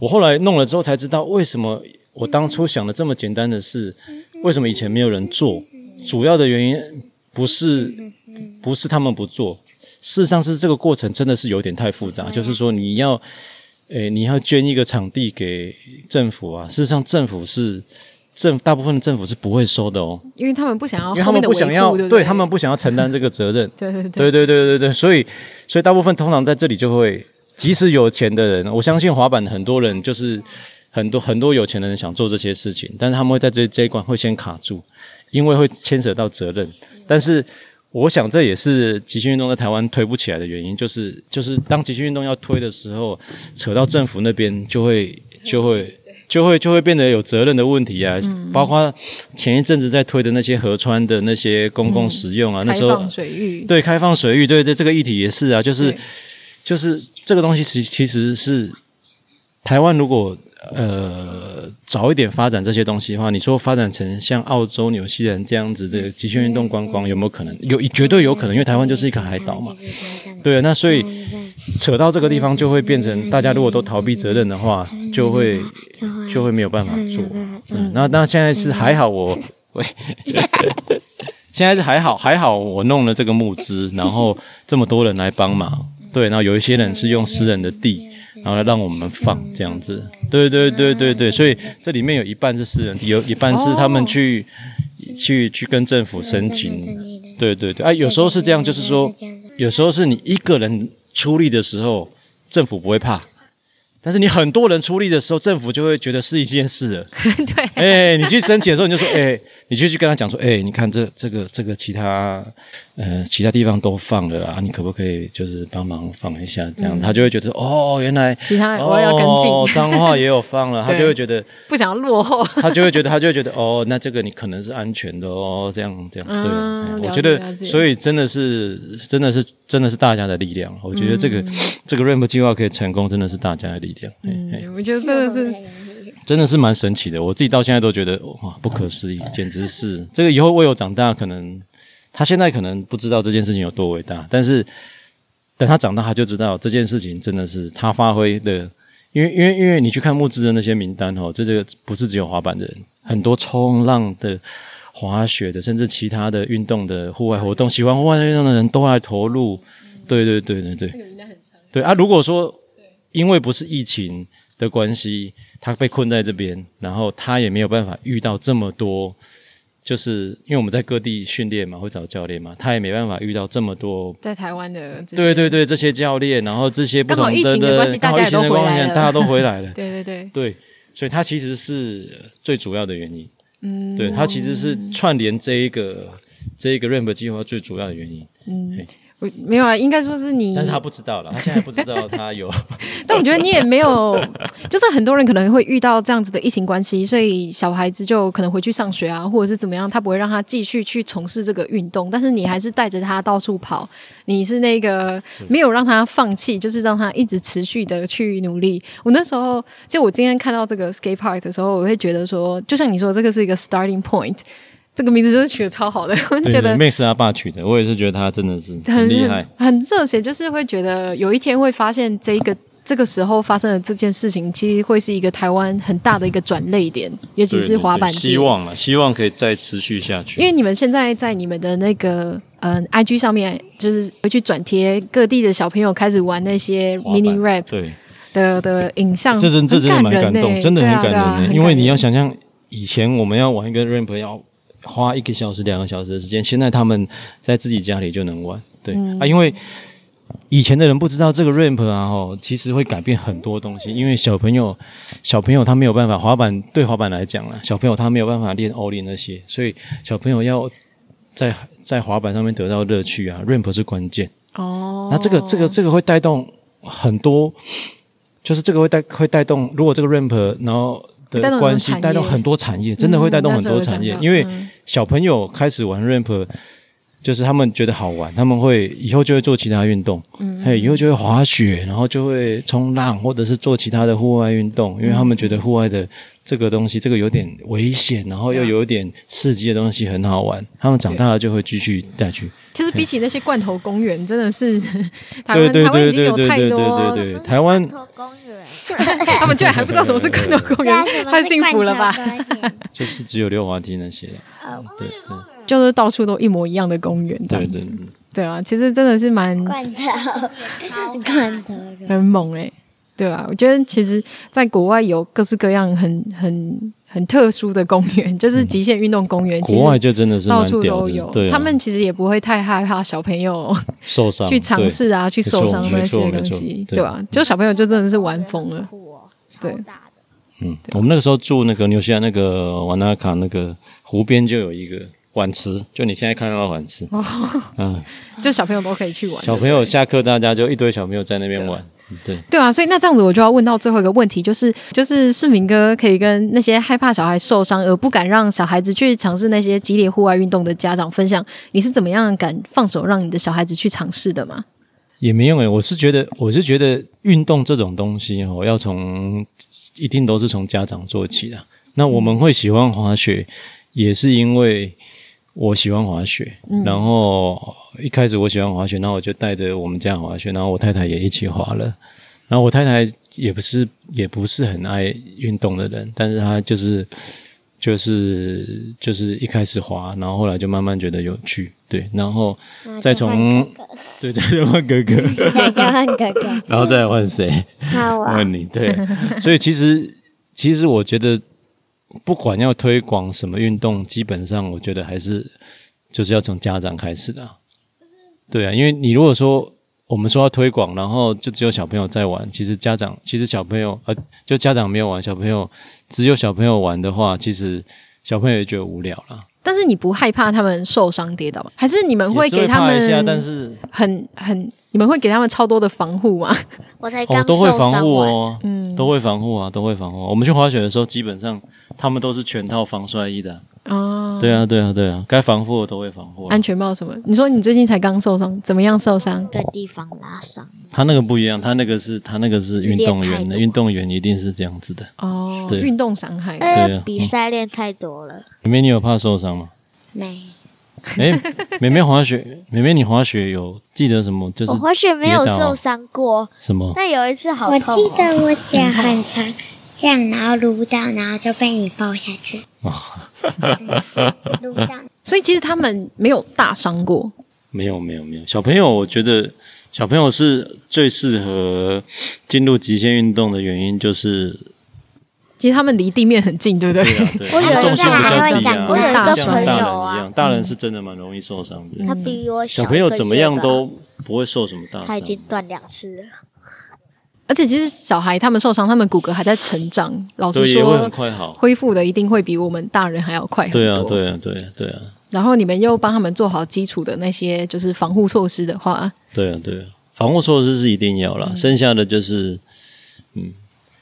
Speaker 3: 我后来弄了之后才知道，为什么我当初想的这么简单的事，为什么以前没有人做？主要的原因不是不是他们不做，事实上是这个过程真的是有点太复
Speaker 4: 嗯
Speaker 3: 杂，就是说你要，诶，你要捐一个场地给政府啊，事实上政府是政大部分的政府是不会收的哦，
Speaker 4: 因为他们不想要
Speaker 3: 因为他
Speaker 4: 后面
Speaker 3: 们
Speaker 4: 的
Speaker 3: 不
Speaker 4: 维护，
Speaker 3: 想要，
Speaker 4: 对不
Speaker 3: 他们不想要承担这个责
Speaker 4: [LAUGHS]
Speaker 3: 任。
Speaker 4: 对对对
Speaker 3: 对对对对对，所以所以大部分通常在这里就会，即使有钱的人，我相信滑板很多人就是很多很多有钱的人想做这些事情，但是他们会在这这一关会先卡住，因为会牵扯到责任。但是我想这也是极限运动在台湾推不起来的原因，就是就是当极限运动要推的时候，扯到政府那边就会就会。就会就会变得有责任的问题啊，包括前一阵子在推的那些河川的那些公共使用啊，那
Speaker 4: 嗯开
Speaker 3: 时候
Speaker 4: 放水域，
Speaker 3: 对，开放水域，对对，这个议题也是啊，就是
Speaker 4: 对
Speaker 3: 就是这个东西其，其实是台湾如果呃早一点发展这些东西的话，你说发展成像澳洲、纽西兰这样子的极限运动观光，有没有可能？有，绝对有可能，因为台湾就是一个海岛嘛。对，那所以扯到这个地方，就会变成大家如果都逃避责任的话，就会嗯就会没有办法做。嗯，那那现在是还好我，喂， [LAUGHS] 现在是还好还好我弄了这个募资，然后这么多人来帮忙，对，然后有一些人是用私人的地，然后来让我们放这样子，对对对对对，所以这里面有一半是私人地，有一半是他们去、去去跟政府申请，哦对对对，啊，有时候是这样，就是说。有时候是你一个人出力的时候，政府不会怕；但是你很多人出力的时候，政府就会觉得是一件事
Speaker 4: [LAUGHS]
Speaker 3: 了。
Speaker 4: 对，
Speaker 3: 哎、你去申请的时候，你就说，哎、你就去跟他讲说，哎、你看这这个这个其他呃其他地方都放了啊，你可不可以就是帮忙放一下？这样、他就会觉得，哦，原来
Speaker 4: 嗯其他我要跟进
Speaker 3: 哦，脏话也有放
Speaker 4: [LAUGHS]
Speaker 3: 了，他
Speaker 4: 对
Speaker 3: 就会觉得。
Speaker 4: 不想要落后。
Speaker 3: [LAUGHS] 他就会觉得，他就会觉得，哦，那这个你可能是安全的哦，这样这样，对，
Speaker 4: 嗯
Speaker 3: 哎
Speaker 4: 了
Speaker 3: 我
Speaker 4: 解
Speaker 3: 觉
Speaker 4: 了
Speaker 3: 得，
Speaker 4: 解
Speaker 3: 所以真的是，真的是，真的是大家的力量。我觉得这个、
Speaker 4: 嗯
Speaker 3: 这个 ramp 计划可以成功，真的是大家的力量，哎哎
Speaker 4: 嗯我觉得真的是
Speaker 3: 真的是蛮神奇的。我自己到现在都觉得，哇，不可思议，简直是这个以后我有长大，可能他现在可能不知道这件事情有多伟大，但是等他长大，他就知道这件事情真的是他发挥的。因为因为因为你去看募资的那些名单哦，这这个不是只有滑板的人，很多冲浪的、滑雪的，甚至其他的运动的户外活动，喜欢户外运动的人都来投入。对对对对对，对啊，如果说因为不是疫情的关系，他被困在这边，然后他也没有办法遇到这么多，就是因为我们在各地训练嘛，会找教练嘛，他也没办法遇到这么多
Speaker 4: 在台湾的这些，
Speaker 3: 对对对，这些教练，然后这些不
Speaker 4: 刚好
Speaker 3: 同
Speaker 4: 疫情的关系
Speaker 3: 刚好
Speaker 4: 大
Speaker 3: 疫
Speaker 4: 家也
Speaker 3: 情的
Speaker 4: 都回
Speaker 3: 关系
Speaker 4: 来了。
Speaker 3: 大家都回来了
Speaker 4: 对对对，
Speaker 3: 对，所以它其实是呃最主要的原因。
Speaker 4: 嗯，
Speaker 3: 对，它其实是串联这一个这一个 ramp 计划最主要的原因。
Speaker 4: 嗯我没有啊，应该说是你，
Speaker 3: 但是他不知道了，他现在不知道他
Speaker 4: [LAUGHS]
Speaker 3: 有
Speaker 4: 但我觉得你也没有，
Speaker 3: [LAUGHS]
Speaker 4: 就是很多人可能会遇到这样子的疫情关系，所以小孩子就可能回去上学啊，或者是怎么样，他不会让他继续去从事这个运动，但是你还是带着他到处跑，你是那个
Speaker 3: 嗯
Speaker 4: 没有让他放弃，就是让他一直持续的去努力。我那时候就我今天看到这个 skate park 的时候，我会觉得说，就像你说，这个是一个 starting point，这个名字真的取得超好的，我就
Speaker 3: 对
Speaker 4: 觉
Speaker 3: 对
Speaker 4: 得
Speaker 3: 妹是他爸取的，我也是觉得他真的是很厉害。
Speaker 4: 很很热血，就是会觉得有一天会发现这一个这个时候发生的这件事情，其实会是一个台湾很大的一个转类点，尤其是滑板界
Speaker 3: 希望了，希望可以再持续下去。
Speaker 4: 因为你们现在在你们的那个嗯、IG 上面，就是会去转贴各地的小朋友开始玩那些
Speaker 3: 滑板
Speaker 4: mini rap
Speaker 3: 对，
Speaker 4: 的的影像，
Speaker 3: 这真这真的蛮感
Speaker 4: 很
Speaker 3: 动，
Speaker 4: 欸
Speaker 3: 真的很感
Speaker 4: 对啊对啊
Speaker 3: 人
Speaker 4: 很
Speaker 3: 呢。因为你要想象，以前我们要玩一个 ramp 要花一个小时、两个小时的时间，现在他们在自己家里就能玩，对
Speaker 4: 嗯
Speaker 3: 啊，因为。以前的人不知道这个 ramp 啊，吼，其实会改变很多东西。因为小朋友，小朋友他没有办法滑板，对滑板来讲啊，小朋友他没有办法练 ollie 那些，所以小朋友要在在滑板上面得到乐趣啊，ramp 是关键。
Speaker 4: 哦，
Speaker 3: 那这个这个这个会带动很多，就是这个会带会带动，如果这个 ramp 然后
Speaker 4: 带动很
Speaker 3: 的
Speaker 4: 多
Speaker 3: 关系
Speaker 4: 产业
Speaker 3: 带动很多产业，真的会带动很多产业，
Speaker 4: 嗯
Speaker 3: 因为
Speaker 4: 嗯
Speaker 3: 小朋友开始玩 ramp。就是他们觉得好玩，他们会以后就会做其他运动，嗯，嘿，以后就会滑雪，然后就会冲浪，或者是做其他的户外运动，因为他们觉得户外的这个东西，这个有点危险，然后又
Speaker 4: 啊
Speaker 3: 有点刺激的东西很好玩，他们长大了就会继续带去。
Speaker 4: 其实比起那些罐头公园，真的是台
Speaker 3: 对
Speaker 4: 湾
Speaker 3: 对
Speaker 4: 台湾
Speaker 3: 对
Speaker 4: 已经
Speaker 3: 对
Speaker 4: 有
Speaker 3: 对
Speaker 4: 太
Speaker 3: 对
Speaker 4: 多
Speaker 3: 对对，对台湾
Speaker 2: 公园，
Speaker 4: [LAUGHS] 他们居然还不知道什么是罐头公
Speaker 2: 对啊，
Speaker 4: 园，太幸福了吧？
Speaker 3: 就是
Speaker 4: 啊
Speaker 3: 只有溜滑梯那些。对
Speaker 4: 就是到处都一模一样的公园这
Speaker 3: 对嗯
Speaker 4: 样子。
Speaker 3: 对对，
Speaker 4: 对啊，其实真的是蛮
Speaker 2: 罐头，罐头肉，
Speaker 4: 很猛哎、对啊，我觉得其实在国外有各式各样很很很特殊的公园，就是极限运动公园，其
Speaker 3: 嗯国外
Speaker 4: 实
Speaker 3: 就真的是
Speaker 4: 到
Speaker 3: 蛮
Speaker 4: 处
Speaker 3: 屌
Speaker 4: 都
Speaker 3: 的，
Speaker 4: 有。
Speaker 3: 对啊、
Speaker 4: 他们其实也不会太害怕小朋友
Speaker 3: 受伤
Speaker 4: 去尝
Speaker 3: 对
Speaker 4: 试啊，去受伤那
Speaker 3: 没错
Speaker 4: 些
Speaker 3: 没
Speaker 4: 东
Speaker 3: 错
Speaker 4: 西，
Speaker 3: 对
Speaker 4: 对吧、就小朋友就真的是玩疯了，
Speaker 1: 酷哦，超
Speaker 4: 对
Speaker 1: 大的，
Speaker 3: 嗯，我们那个时候住那个纽西兰那个瓦纳卡那个湖边就有一个碗池，就你现在看到的碗池。
Speaker 4: 哦
Speaker 3: 嗯，
Speaker 4: 就小朋友都可以去玩。
Speaker 3: 小朋友下课，大家就一堆小朋友在那边玩。对，
Speaker 4: 对啊，所以那这样子我就要问到最后一个问题，就是就是世明哥可以跟那些害怕小孩受伤而不敢让小孩子去尝试那些激烈户外运动的家长分享，你是怎么样敢放手让你的小孩子去尝试的吗？
Speaker 3: 也没用诶、我是觉得，我是觉得运动这种东西哦，要从一定都是从家长做起的。那我们会喜欢滑雪，也是因为我喜欢滑雪，然后一开始我喜欢滑雪，然后我就带着我们家滑雪，然后我太太也一起滑了。然后我太太也不是也不是很爱运动的人，但是她就是就是就是一开始滑，然后后来就慢慢觉得有趣，对，然后再从对再换哥哥，
Speaker 2: 对，要换哥哥，
Speaker 3: 然后再换谁？
Speaker 2: 好啊玩。
Speaker 3: 问你对， [LAUGHS] 所以其实其实我觉得，不管要推广什么运动，基本上我觉得还是就是要从家长开始的啊。对啊，因为你如果说我们说要推广，然后就只有小朋友在玩，其实家长其实小朋友呃，就家长没有玩，小朋友只有小朋友玩的话，其实小朋友也觉得无聊啦。
Speaker 4: 但是你不害怕他们受伤跌倒吗？还是你们
Speaker 3: 也是
Speaker 4: 给他
Speaker 3: 怕一下，
Speaker 4: 们
Speaker 3: 但是哦
Speaker 4: 很很你们会给他们超多的防护吗？
Speaker 1: 我才
Speaker 3: 哦
Speaker 1: 刚，
Speaker 3: 都会
Speaker 1: 受
Speaker 3: 防
Speaker 1: 伤
Speaker 3: 护
Speaker 1: 完，
Speaker 3: 哦，嗯，都会防护啊，都会防护啊、我们去滑雪的时候，基本上他们都是全套防摔衣的啊、
Speaker 1: 嗯
Speaker 4: 哦，
Speaker 3: 对啊，对啊，对啊，该防护的都会防护、啊
Speaker 4: 安。全帽什么？你说你最近才刚受伤，怎么样受伤？
Speaker 1: 一个地方拉伤，
Speaker 3: 他那个不一样，他那个是他那个是运动员
Speaker 1: 练太
Speaker 3: 的，
Speaker 1: 多
Speaker 3: 运动员一定是这样子的。
Speaker 4: 哦，
Speaker 3: 对
Speaker 4: 运动伤害。
Speaker 1: 哎
Speaker 3: 对啊
Speaker 1: 呀，比赛练太多了，
Speaker 3: 妹妹，你有怕受
Speaker 1: [LAUGHS]
Speaker 3: 伤吗？
Speaker 2: 没，
Speaker 3: 哎、妹妹滑雪，妹妹你滑雪有记得什么？就是
Speaker 1: 我滑雪没有受伤过，
Speaker 3: 什么？
Speaker 1: 但有一次好
Speaker 2: 我
Speaker 1: 痛
Speaker 2: 记
Speaker 1: 哦。
Speaker 2: 得我脚很长，这样然后撸到，然后就被你抱下去，嗯撸到。
Speaker 4: 所以其实他们没有大伤过。
Speaker 3: 没有没有没有，小朋友，我觉得小朋友是最适合进入极限运动的原因，
Speaker 1: [LAUGHS]
Speaker 3: 就是
Speaker 4: 其实他们离地面很近，对不对？
Speaker 3: 对啊，对啊，
Speaker 1: 我有一
Speaker 3: 他们重
Speaker 1: 次
Speaker 3: 心比
Speaker 1: 还
Speaker 3: 较
Speaker 2: 会
Speaker 3: 低
Speaker 2: 讲
Speaker 3: 啊，
Speaker 1: 我有一
Speaker 3: 像大
Speaker 4: 个朋
Speaker 3: 人
Speaker 1: 友啊
Speaker 3: 一样，大人是真的蛮容易受伤的。
Speaker 1: 他比我小
Speaker 3: 小朋友
Speaker 1: 一个
Speaker 3: 怎么
Speaker 1: 月
Speaker 3: 样
Speaker 1: 吧
Speaker 3: 都不会受什么大伤。
Speaker 1: 他已经断两次了，
Speaker 4: 而且其实小孩他们受伤，他们骨骼还在成长。老实
Speaker 3: 对，也会很
Speaker 4: 说，
Speaker 3: 快好。
Speaker 4: 恢复的一定会比我们大人还要快很多。
Speaker 3: 对啊，对啊，对啊，对啊，
Speaker 4: 然后你们又帮他们做好基础的那些就是防护措施的话，
Speaker 3: 对啊，对啊，防护措施是一定要
Speaker 4: 嗯
Speaker 3: 啦，剩下的就是，嗯，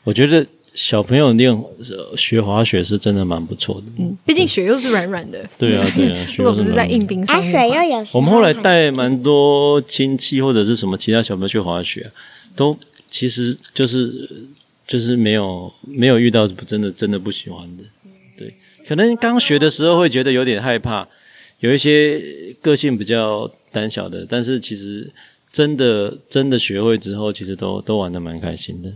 Speaker 3: 我觉得小朋友练呃学滑雪是真的蛮不错的。
Speaker 4: 嗯，毕竟雪又是软软的，
Speaker 3: 对啊，
Speaker 4: [LAUGHS]
Speaker 3: 对啊，
Speaker 4: 如
Speaker 3: 学
Speaker 4: 果
Speaker 3: 的
Speaker 4: 不是
Speaker 3: 蛮
Speaker 4: 在硬冰
Speaker 2: 啊，
Speaker 4: 上面的话，
Speaker 2: 水又有时候
Speaker 3: 我们后来带蛮多亲戚或者是什么其他小朋友去滑雪，都其实就是就是没有没有遇到不真的真的不喜欢的，对，可能刚学的时候会觉得有点害怕，有一些个性比较胆小的，但是其实真的真的学会之后，其实都都玩的蛮开心的。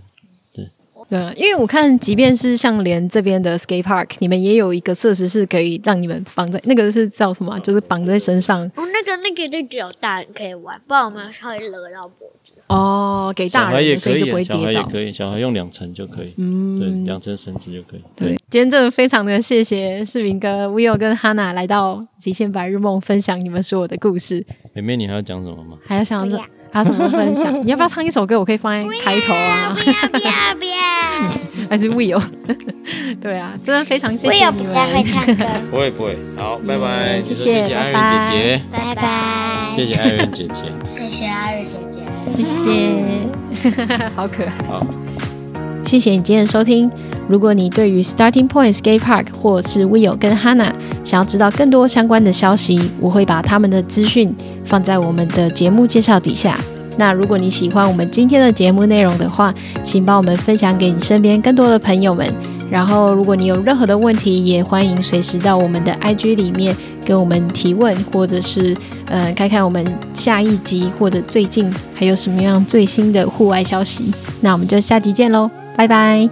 Speaker 4: 对，因为我看，即便是像连这边的 skate park，你们也有一个设施是可以让你们绑在那个是叫什么啊、就是绑在身上
Speaker 1: 哦，那个那个就只有大人可以玩，不然我们会勒到脖子。
Speaker 4: 哦，给
Speaker 3: 小
Speaker 4: 大
Speaker 3: 孩
Speaker 4: 人
Speaker 3: 也
Speaker 4: 的，所
Speaker 3: 可
Speaker 4: 以
Speaker 3: 以
Speaker 4: 就
Speaker 3: 啊，
Speaker 4: 不会
Speaker 3: 小孩
Speaker 4: 跌
Speaker 3: 也
Speaker 4: 倒。嗯
Speaker 3: 可以，嗯小孩用两层就可以，对，两层绳子就可以。
Speaker 4: 对，今天真的非常的谢谢世明哥、Will 跟 Hanna 来到《极限白日梦》分享你们所有的故事，
Speaker 3: 妹妹，你还要讲什么吗？
Speaker 4: 还有想
Speaker 2: 不
Speaker 4: 着
Speaker 2: 要
Speaker 4: 还有什么分享？你要不要唱一首歌？我可以放在开头啊，
Speaker 2: 不要不要，
Speaker 4: [LAUGHS] 还是 Will？对啊，真的非常谢
Speaker 2: 我
Speaker 4: 谢
Speaker 2: 也
Speaker 4: 你
Speaker 2: 不
Speaker 4: 们，
Speaker 2: 太会唱歌，
Speaker 3: 不会不会，好，拜
Speaker 4: 拜
Speaker 3: 拜，
Speaker 4: 谢谢
Speaker 3: 谢谢
Speaker 4: 拜
Speaker 3: 安
Speaker 4: 拜
Speaker 3: 仁姐姐。
Speaker 2: 拜拜，
Speaker 3: 谢谢艾伦姐姐。
Speaker 2: 谢谢阿瑞姐姐。[LAUGHS]
Speaker 4: 谢谢，好可爱。
Speaker 3: 好，
Speaker 4: 谢谢你今天的收听。如果你对于 Starting Point Skate Park 或是 Will 跟 Hana 想要知道更多相关的消息，我会把他们的资讯放在我们的节目介绍底下。那如果你喜欢我们今天的节目内容的话，请帮我们分享给你身边更多的朋友们。然后，如果你有任何的问题，也欢迎随时到我们的 IG 里面跟我们提问，或者是呃，看看我们下一集或者最近还有什么样最新的户外消息。那我们就下集见喽，拜拜。